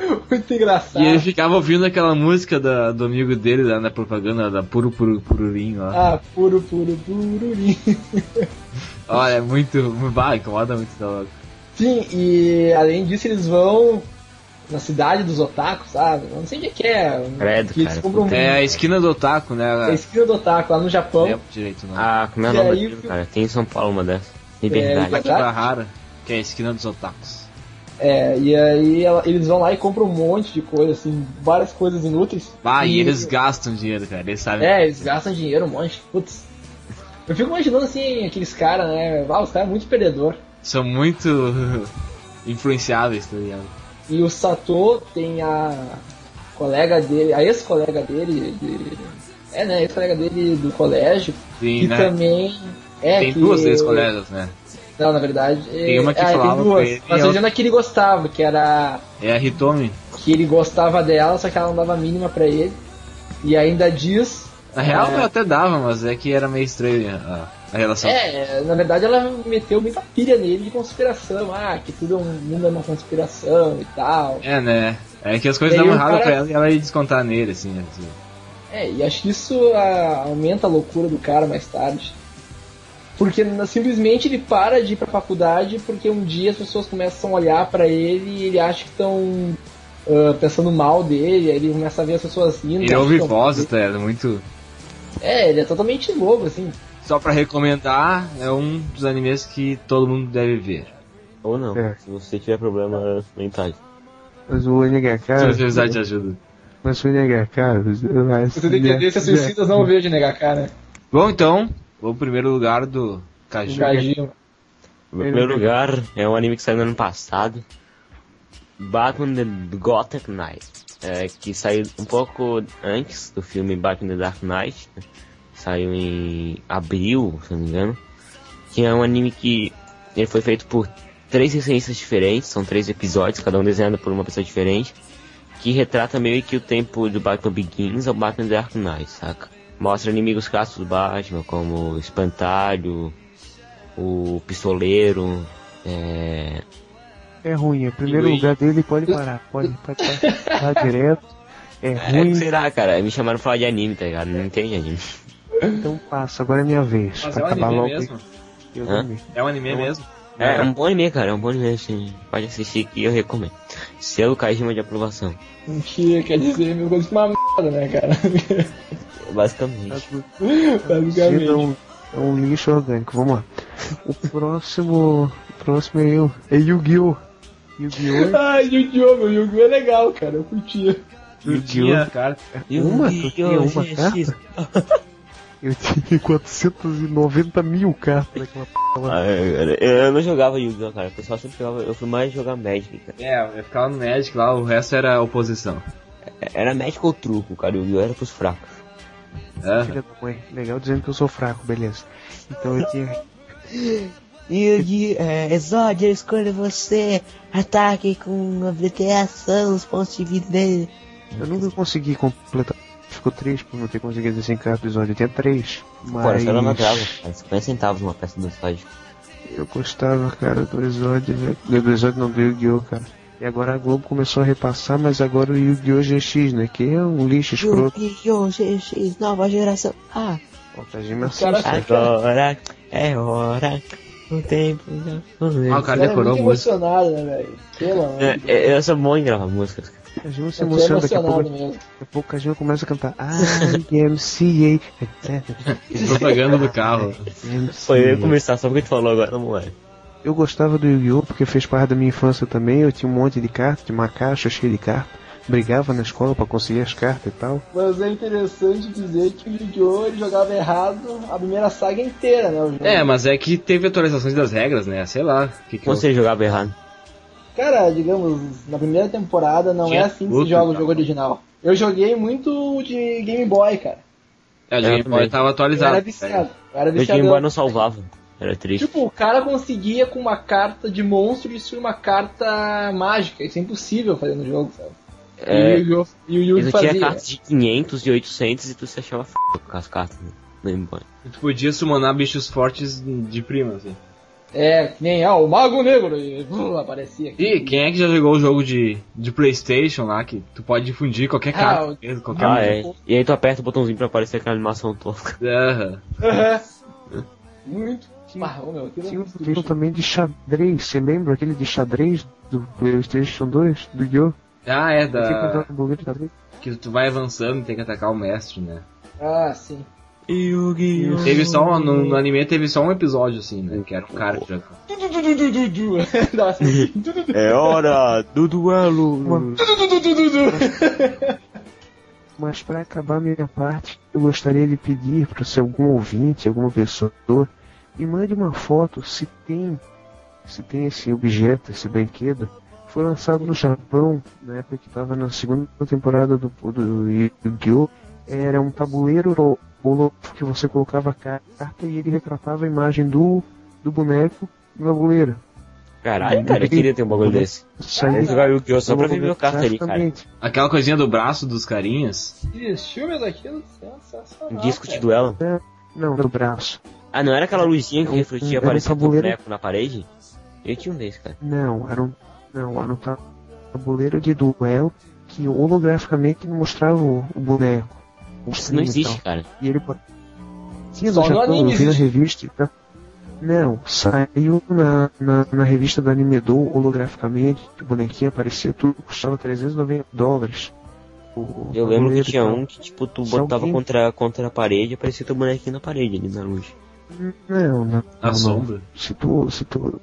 B: Muito engraçado.
E: E ele ficava ouvindo aquela música da- do amigo dele, da, na propaganda da Puro Puro Pururinho lá.
B: Ah, puro, puro, pururim.
E: Olha, é muito. Bah, incomoda muito tá louco.
B: Sim, e além disso eles vão na cidade dos otakus, sabe? Eu Não sei onde é que é.
C: Credo,
B: que eles
C: cara,
B: compram
C: puta.
E: É a esquina do Otaku, né?
B: é a esquina do otaku lá no Japão.
E: Lembro direito, né? não.
C: Ah, como é o
B: E
C: nome
B: aí,
C: daquilo,
B: o-
C: cara? Tem em São Paulo uma dessa. Liberdade.
B: É,
E: Akihabara, que é a esquina dos Otakus.
B: É, e aí ela- eles vão lá e compram um monte de coisa, assim, várias coisas inúteis.
E: Bah, e eles gastam dinheiro, cara. Eles sabem.
B: É, eles gastam dinheiro um monte, putz. Eu fico imaginando assim, aqueles caras, né? Ah, os caras muito perdedor.
E: são muito influenciáveis, tá ligado?
B: E o Sato tem a colega dele, a ex-colega dele, de- é né, ex-colega dele do colégio,
E: Tem,
B: que
E: né?
B: também é
E: tem
B: que-
E: duas vezes colegas, né?
B: Não, na verdade,
E: Tem uma que
B: é,
E: falava com
B: tem duas.
E: ele e
B: Mas
E: ela-
B: eu dizendo a que ele gostava, que era
E: É a Hitomi.
B: que ele gostava dela, só que ela não dava a mínima pra ele. E ainda diz,
E: Na real
B: É.
E: eu até dava, mas é que era meio estranho a, a relação.
B: é, na verdade ela meteu muita pilha nele de conspiração, ah, que tudo é um mundo é uma conspiração e tal.
E: É, né? É que as coisas
B: E aí
E: davam
B: o
E: errado
B: cara-
E: pra ela e ela ia descontar nele, assim. assim.
B: É, e acho que isso ah, aumenta a loucura do cara mais tarde. Porque na- simplesmente ele para de ir pra faculdade porque um dia as pessoas começam a olhar pra ele e ele acha que estão ah, pensando mal dele, aí ele começa a ver as pessoas rindo.
E: Ele
B: acha
E: ouve
B: que tão-
E: vozes, tá ligado? Muito.
B: É, ele é totalmente louco, assim.
E: Só pra recomendar, é um dos animes que todo mundo deve ver.
C: Ou não,
D: É.
C: se você tiver problema mental.
D: Mas o
E: Se você
D: NHK.
E: precisar de ajuda.
D: Mas o NHK. Mas, é,
B: Você tem que entender se
E: Né.
B: as suicidas não vejo negar
I: né?
B: cara.
E: Bom, então, o primeiro lugar do Caju.
B: Imagina.
C: Em primeiro lugar, é um anime que saiu no ano passado. Batman The Gothic Knight. É, que saiu um pouco antes do filme Batman The Dark Knight. né? Saiu em abril, se não me engano. Que é um anime que ele foi feito por três recensionistas diferentes. São três episódios, cada um desenhado por uma pessoa diferente. Que retrata meio que o tempo do Batman Begins ao Batman The Dark Knight, saca? Mostra inimigos clássicos do Batman, como Espantalho, o pistoleiro, é...
D: É ruim, é primeiro
C: Pinguim.
D: lugar dele, pode parar, pode, pode parar tá direto. É
C: é.
D: ruim,
C: Será, cara? Me chamaram pra falar de anime, tá ligado? Não entende anime.
D: então passa, agora é minha vez.
E: Mas
D: pra
E: é um
D: acabar
E: anime
D: logo.
E: mesmo?
D: Eu
C: Hã?
B: Tá
D: dormi.
E: É um anime mesmo?
C: É, é um bom anime, cara. É um bom anime, assim. Pode assistir que eu recomendo. Selo Kajima de aprovação.
I: Mentira, Um quer dizer, meu coisa é uma merda, né, cara?
C: Basicamente.
D: Sim, é
I: Basicamente.
D: um, é um lixo orgânico. Vamos lá. O próximo. O próximo é eu. É Yu-Gi-Oh! Yu-Gi-Oh!
I: Ai, Yu-Gi-Oh! Meu Yu-Gi-Oh! é legal, cara, eu curtia.
E: Eu tinha, cara.
C: E
D: Uma?
C: É o
D: Tu
C: Yu-Gi-Oh!
D: tinha uma
C: GX?
D: Eu tinha 490 mil cartas daquela p.
C: Ah, cara, Eu não jogava Yu-Gi-Oh! cara. O pessoal sempre jogava. Eu fui mais jogar Magic, cara.
E: É, eu ficava no Magic lá, o resto era oposição.
C: Era Magic ou truco, cara. Yu-Gi-Oh! era pros fracos.
E: É.
D: Filha da mãe. Legal dizendo que eu sou fraco, beleza. Então eu tinha.
C: Yugi, é, Exódio, eu escolho você. Ataque com obliteração os pontos de vida dele.
D: Eu nunca consegui completar. Ficou triste por não ter conseguido esse encargo episódio. Eu tinha três. Mas.
C: Fora, só na trava, cara. 50 centavos uma peça do Exódio.
D: Eu gostava, cara, do Exódio, velho. Do Exódio não, do Yu-Gi-Oh, cara. E agora a Globo começou a repassar, mas agora o Yu-Gi-Oh! GX, né? Que é um lixo escroto.
C: Yu-Gi-Oh! GX, nova geração. Ah,
D: Ó, tá de mercê.
I: Cara,
C: agora Ah, é hora. O tempo já foi.
E: Ah, o cara
I: cara é
E: decorou
I: muito
E: a música.
I: emocionado, né, velho? Sei lá.
C: É, é, eu sou bom em gravar músicas. cara.
D: Kajima se
I: Eu tô
D: emociona, daqui a pouco,
I: emocionado
D: daqui
I: mesmo.
D: a pouco o Kajima começa a cantar IMCA,
E: Propaganda do carro.
C: Foi eu ia
D: etc.
C: começar só porque tu falou agora, moleque.
D: Eu gostava do Yu-Gi-Oh! porque fez parte da minha infância também, eu tinha um monte de cartas, tinha uma caixa cheia de cartas, brigava na escola pra conseguir as cartas e tal.
I: Mas é interessante dizer que o Yu-Gi-Oh! ele jogava errado a primeira saga inteira, né? O jogo.
E: É, mas é que teve atualizações das regras, né? Sei lá. Que que eu-
C: Como você jogava errado?
I: Cara, digamos, na primeira temporada não
E: Tinha
I: é assim que
E: tudo,
I: se joga o
E: cara.
I: jogo original. Eu joguei muito o de Game Boy, cara.
E: É, o Game Boy
C: também.
E: tava
I: Eu era
E: atualizado.
I: viciado. Eu era
C: Eu
I: viciado.
C: tinha embora não salvava. Era triste.
I: Tipo, o cara conseguia com uma carta de monstro destruir uma carta mágica. Isso é impossível fazer no jogo, sabe?
C: É,
I: E o Yu-Gi-Oh! e o
C: Ele
I: Yu-Gi-Oh!
C: tinha
I: fazia.
C: cartas de 500 e 800 e tu se achava f com as cartas né? no Game Boy.
E: Tu podia summonar bichos fortes de prima, assim.
I: É, que nem, ó, o Mago Negro. E, uh, aparecia aqui.
E: E quem é que já jogou o jogo de, de Playstation lá, que tu pode difundir qualquer
I: Ah,
E: carta,
I: o-
E: mesmo, qualquer...
C: Ah, é. E aí tu aperta o botãozinho pra aparecer aquela animação tosca.
E: Aham.
I: Aham. Muito. Ah, ô, meu, aquilo é
D: Tinha um
I: muito
D: jogo
I: triste.
D: também de xadrez, você lembra aquele de xadrez do Playstation 2, do Yu-Gi-Oh!
E: Ah, é,
D: Eu tinha que
E: da...
D: entrar no bagulho de xadrez.
E: que tu vai avançando e tem que atacar o mestre, né?
I: Ah, sim.
C: Yu-Gi-Oh!
E: Teve só, um- no, no anime teve só um episódio, assim, né? Que era o cara que jogava.
I: Du-du-du-du-du-du. Nossa.
C: É hora do duelo!
D: Uma-
I: Du-du-du-du-du-du.
D: Mas pra acabar a minha parte, eu gostaria de pedir para se algum ouvinte, alguma pessoa, me mande uma foto se tem, se tem esse objeto, esse brinquedo. Foi lançado no Japão, na época que estava na segunda temporada do, do Yu-Gi-Oh! Era um tabuleiro holo- holo- que você colocava a carta e ele retratava a imagem do, do boneco no tabuleiro.
C: Caralho, cara, eu queria ter um bagulho desse. Eu ia
D: Saiu
C: jogar Yu-Gi-Oh! É, só pra ver meu carta ali, cara.
D: Exatamente.
E: Aquela coisinha do braço dos carinhas.
I: Existiu, meu,
B: é
I: daquilo sensacional.
C: Um Disco de
I: cara.
C: duelo.
D: Não, do braço.
C: Ah, não era aquela luzinha que
D: Era um-
C: refletia e
D: era um
C: aparecia o
D: tabuleiro.
C: boneco na parede? Eu tinha um desse, cara.
D: Não, era um, não, era um ta- tabuleiro de duelo que holograficamente não mostrava o, o boneco. O
C: Isso
D: sim
C: não
D: e
C: existe, cara.
D: tal. E ele bot- Tinha
I: Só
D: no
I: no
D: Japão,
I: anime
D: eu vi na
I: existe.
D: revista. e tal. Não, saiu na, na, na revista da Animedou holograficamente, o bonequinho aparecia tudo, custava 390 dólares. O- o
C: Eu lembro que
D: tabuleiro e
C: tinha
D: tal.
C: um que, tipo, tu
D: Só
C: botava
D: alguém-
C: contra, contra a parede e aparecia teu bonequinho na parede ali na luz.
D: Não, não.
E: A
D: não, não.
E: sombra.
D: se tu, se tu,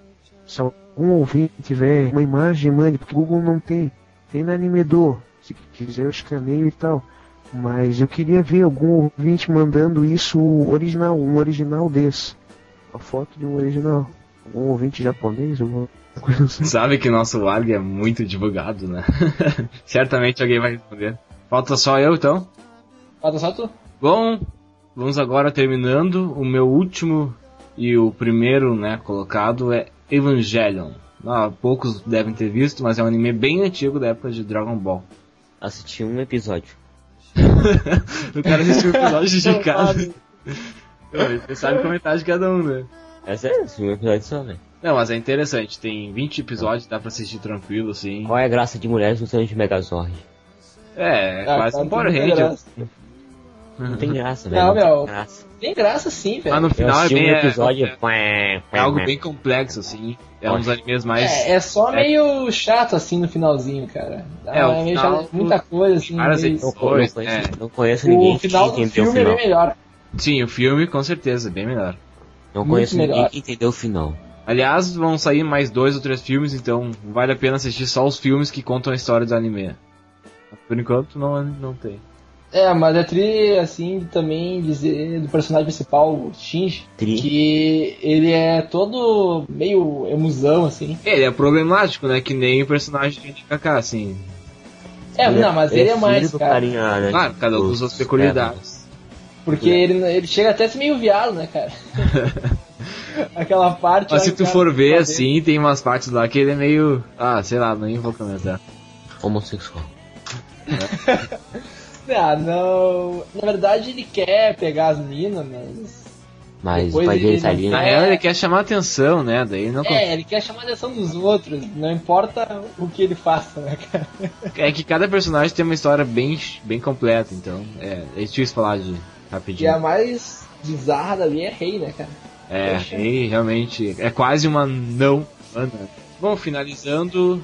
D: se algum ouvinte tiver uma imagem, mande, porque o Google não tem, tem na Animedor, se quiser eu escaneio e tal, mas eu queria ver algum ouvinte mandando isso original, um original desse, uma foto de um original, algum ouvinte japonês, alguma coisa assim.
E: Sabe que nosso ARG é muito divulgado, né? Certamente alguém vai responder. Falta só eu, então?
I: Falta só tu.
E: Bom, vamos agora terminando. O meu último e o primeiro, né, colocado é Evangelion. Ah, poucos devem ter visto, mas é um anime bem antigo da época de Dragon Ball.
C: Assisti um episódio.
E: O cara assistiu o episódio de casa. Não, Você sabe comentar de cada um, né?
C: É sério, assisti um episódio só, velho.
E: Não, mas é interessante. Tem 20 episódios, dá pra assistir tranquilo, assim.
C: Qual é a graça de mulheres no de Megazord?
E: É, é quase
C: Ah,
I: cara,
E: um Power
I: tudo
E: Ranger.
I: graça.
C: Não tá tem graça, velho.
B: Não,
C: tem
B: meu.
C: graça.
B: Tem graça sim, velho.
E: Mas no
C: Eu
E: final é
C: assisti
E: bem.
C: um
E: é-
C: episódio. Uhum. né?
E: É algo bem complexo, assim. É um dos animes mais.
B: É, é só
E: é-
B: meio chato assim no finalzinho, cara. Dá-
E: É, o
B: meio
E: final-
B: chato, muita coisa assim.
E: várias
B: meio-
C: Não, co- não
E: edições.
C: conheço,
E: é.
C: não conheço
B: O
C: ninguém que
B: final do
C: entendeu o
B: filme é bem
C: final.
B: melhor.
E: Sim, o filme com certeza, bem melhor.
C: Não
B: muito
C: conheço ninguém
B: melhor.
C: que entendeu o final.
E: Aliás, vão sair mais dois ou três filmes, então vale a pena assistir só os filmes que contam a história do anime. Por enquanto não, não tem.
B: É, mas é tri, assim, também dizer do personagem principal, o Shinji,
C: Tri.
B: que ele é todo meio emusão, assim.
E: Ele é problemático, né? Que nem o personagem de KK, assim.
B: É, não, mas ele é mais,
C: filho né? do
B: cara.
C: carinha, né?
E: Claro, cada um com
C: Dos-
E: suas peculiaridades.
B: Porque
E: É.
B: ele, ele chega até a ser meio viado, né, cara? Aquela parte.
E: Mas
B: lá
E: se
B: que
E: tu
B: o cara
E: for
B: tá
E: ver,
B: fazendo.
E: assim, tem umas partes lá que ele é meio. Ah, sei lá, nem vou comentar.
C: Homossexual.
B: Ah, não. Na verdade, ele quer pegar as meninas, mas.
C: Mas
B: Depois
C: o pai dele
B: ele
C: tá
B: não
C: ali,
E: Na
C: né?
B: vai-
E: real, ele quer chamar atenção, né? Daí não.
B: É, ele quer chamar a atenção dos outros, não importa o que ele faça, né, cara?
E: É que cada personagem tem uma história bem, bem completa, então. É, é difícil falar de
B: E a
E: rapidinho.
B: mais bizarra dali é rei, né, cara?
E: É, e realmente é quase uma não Ana. Bom, finalizando.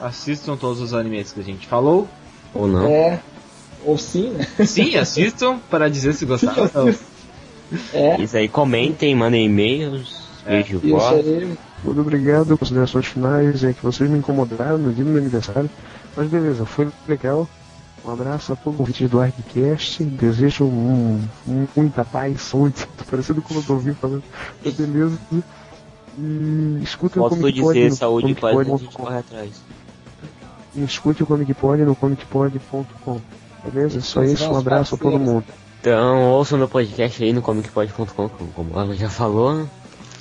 E: Assistam todos os animes que a gente falou.
C: Ou não?
B: É. Ou sim, né?
E: Sim, assistam para dizer se gostaram ou não.
B: É.
C: Isso aí, comentem, mandem e-mails, beijo
B: Isso
C: foto.
B: aí.
D: Muito obrigado, considerações finais, é que vocês me incomodaram no dia do meu aniversário. Mas beleza, foi legal. Um abraço a todo ouvinte do Arquicast. Desejo um, um- muita paz, muito parecido com o que eu ouvi falando. Mas beleza. E escutem o
C: Posso
D: Comic Pod.
C: dizer
D: no
C: saúde e paz, a gente
D: comicpod.com.
C: corre atrás.
D: E escute o Comic Pod no comicpod.com. Beleza? Só
B: Esses
D: isso,
B: são
D: um
B: os
D: abraço a todo
B: parceiros.
D: mundo.
C: Então, ouçam meu podcast aí no comicpod.com, como- como o Alan já falou. né?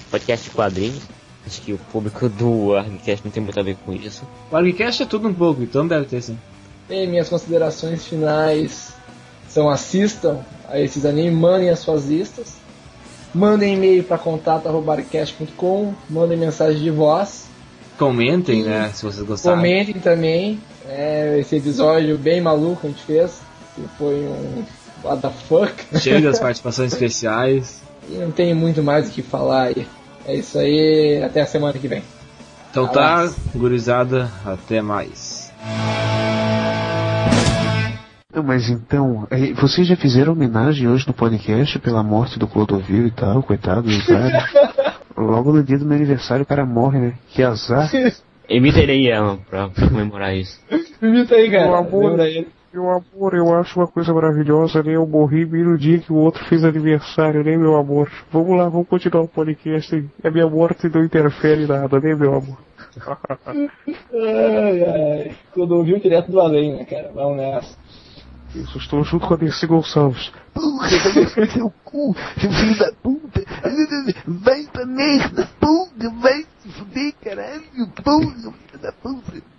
C: Podcast de quadrinhos. Acho que o público do Arquicast não tem muito a ver com isso.
E: O Argcast é tudo um pouco, então deve ter sim.
B: Bem, minhas considerações finais são assistam a esses animes, mandem as suas listas, mandem e-mail para contato.com, mandem mensagem de voz,
E: Comentem, né? Se vocês gostaram.
B: comentem também é, esse episódio bem maluco que a gente fez, que foi um what the fuck, né?
E: Cheio das participações especiais.
B: e não tem muito mais o que falar aí. É isso aí, até a semana que vem.
E: Então tá, gurizada, até mais.
D: Não, mas então, eh, vocês já fizeram homenagem hoje no podcast pela morte do Clodovil e tal, coitado do cara. Logo no dia do meu aniversário o cara morre, né? Que azar.
C: Emitirei ela pra comemorar isso.
B: Imita aí,
D: Meu
B: cara.
D: amor.
B: Lembra ele.
D: Meu amor, eu acho uma coisa maravilhosa, né? Eu morri bem no dia que o outro fez aniversário, né, meu amor? Vamos lá, vamos continuar o podcast. hein? A minha morte não interfere em nada, né, meu amor?
B: Ai, ai. Quando ouviu direto do além, né, cara? Vamos nessa.
D: Isso, estou junto com a Dercy Gonçalves. Porra, seu cu, seu filho da puta. Vai pra merda, porra, vai se fuder, caralho, porra, filho da puta.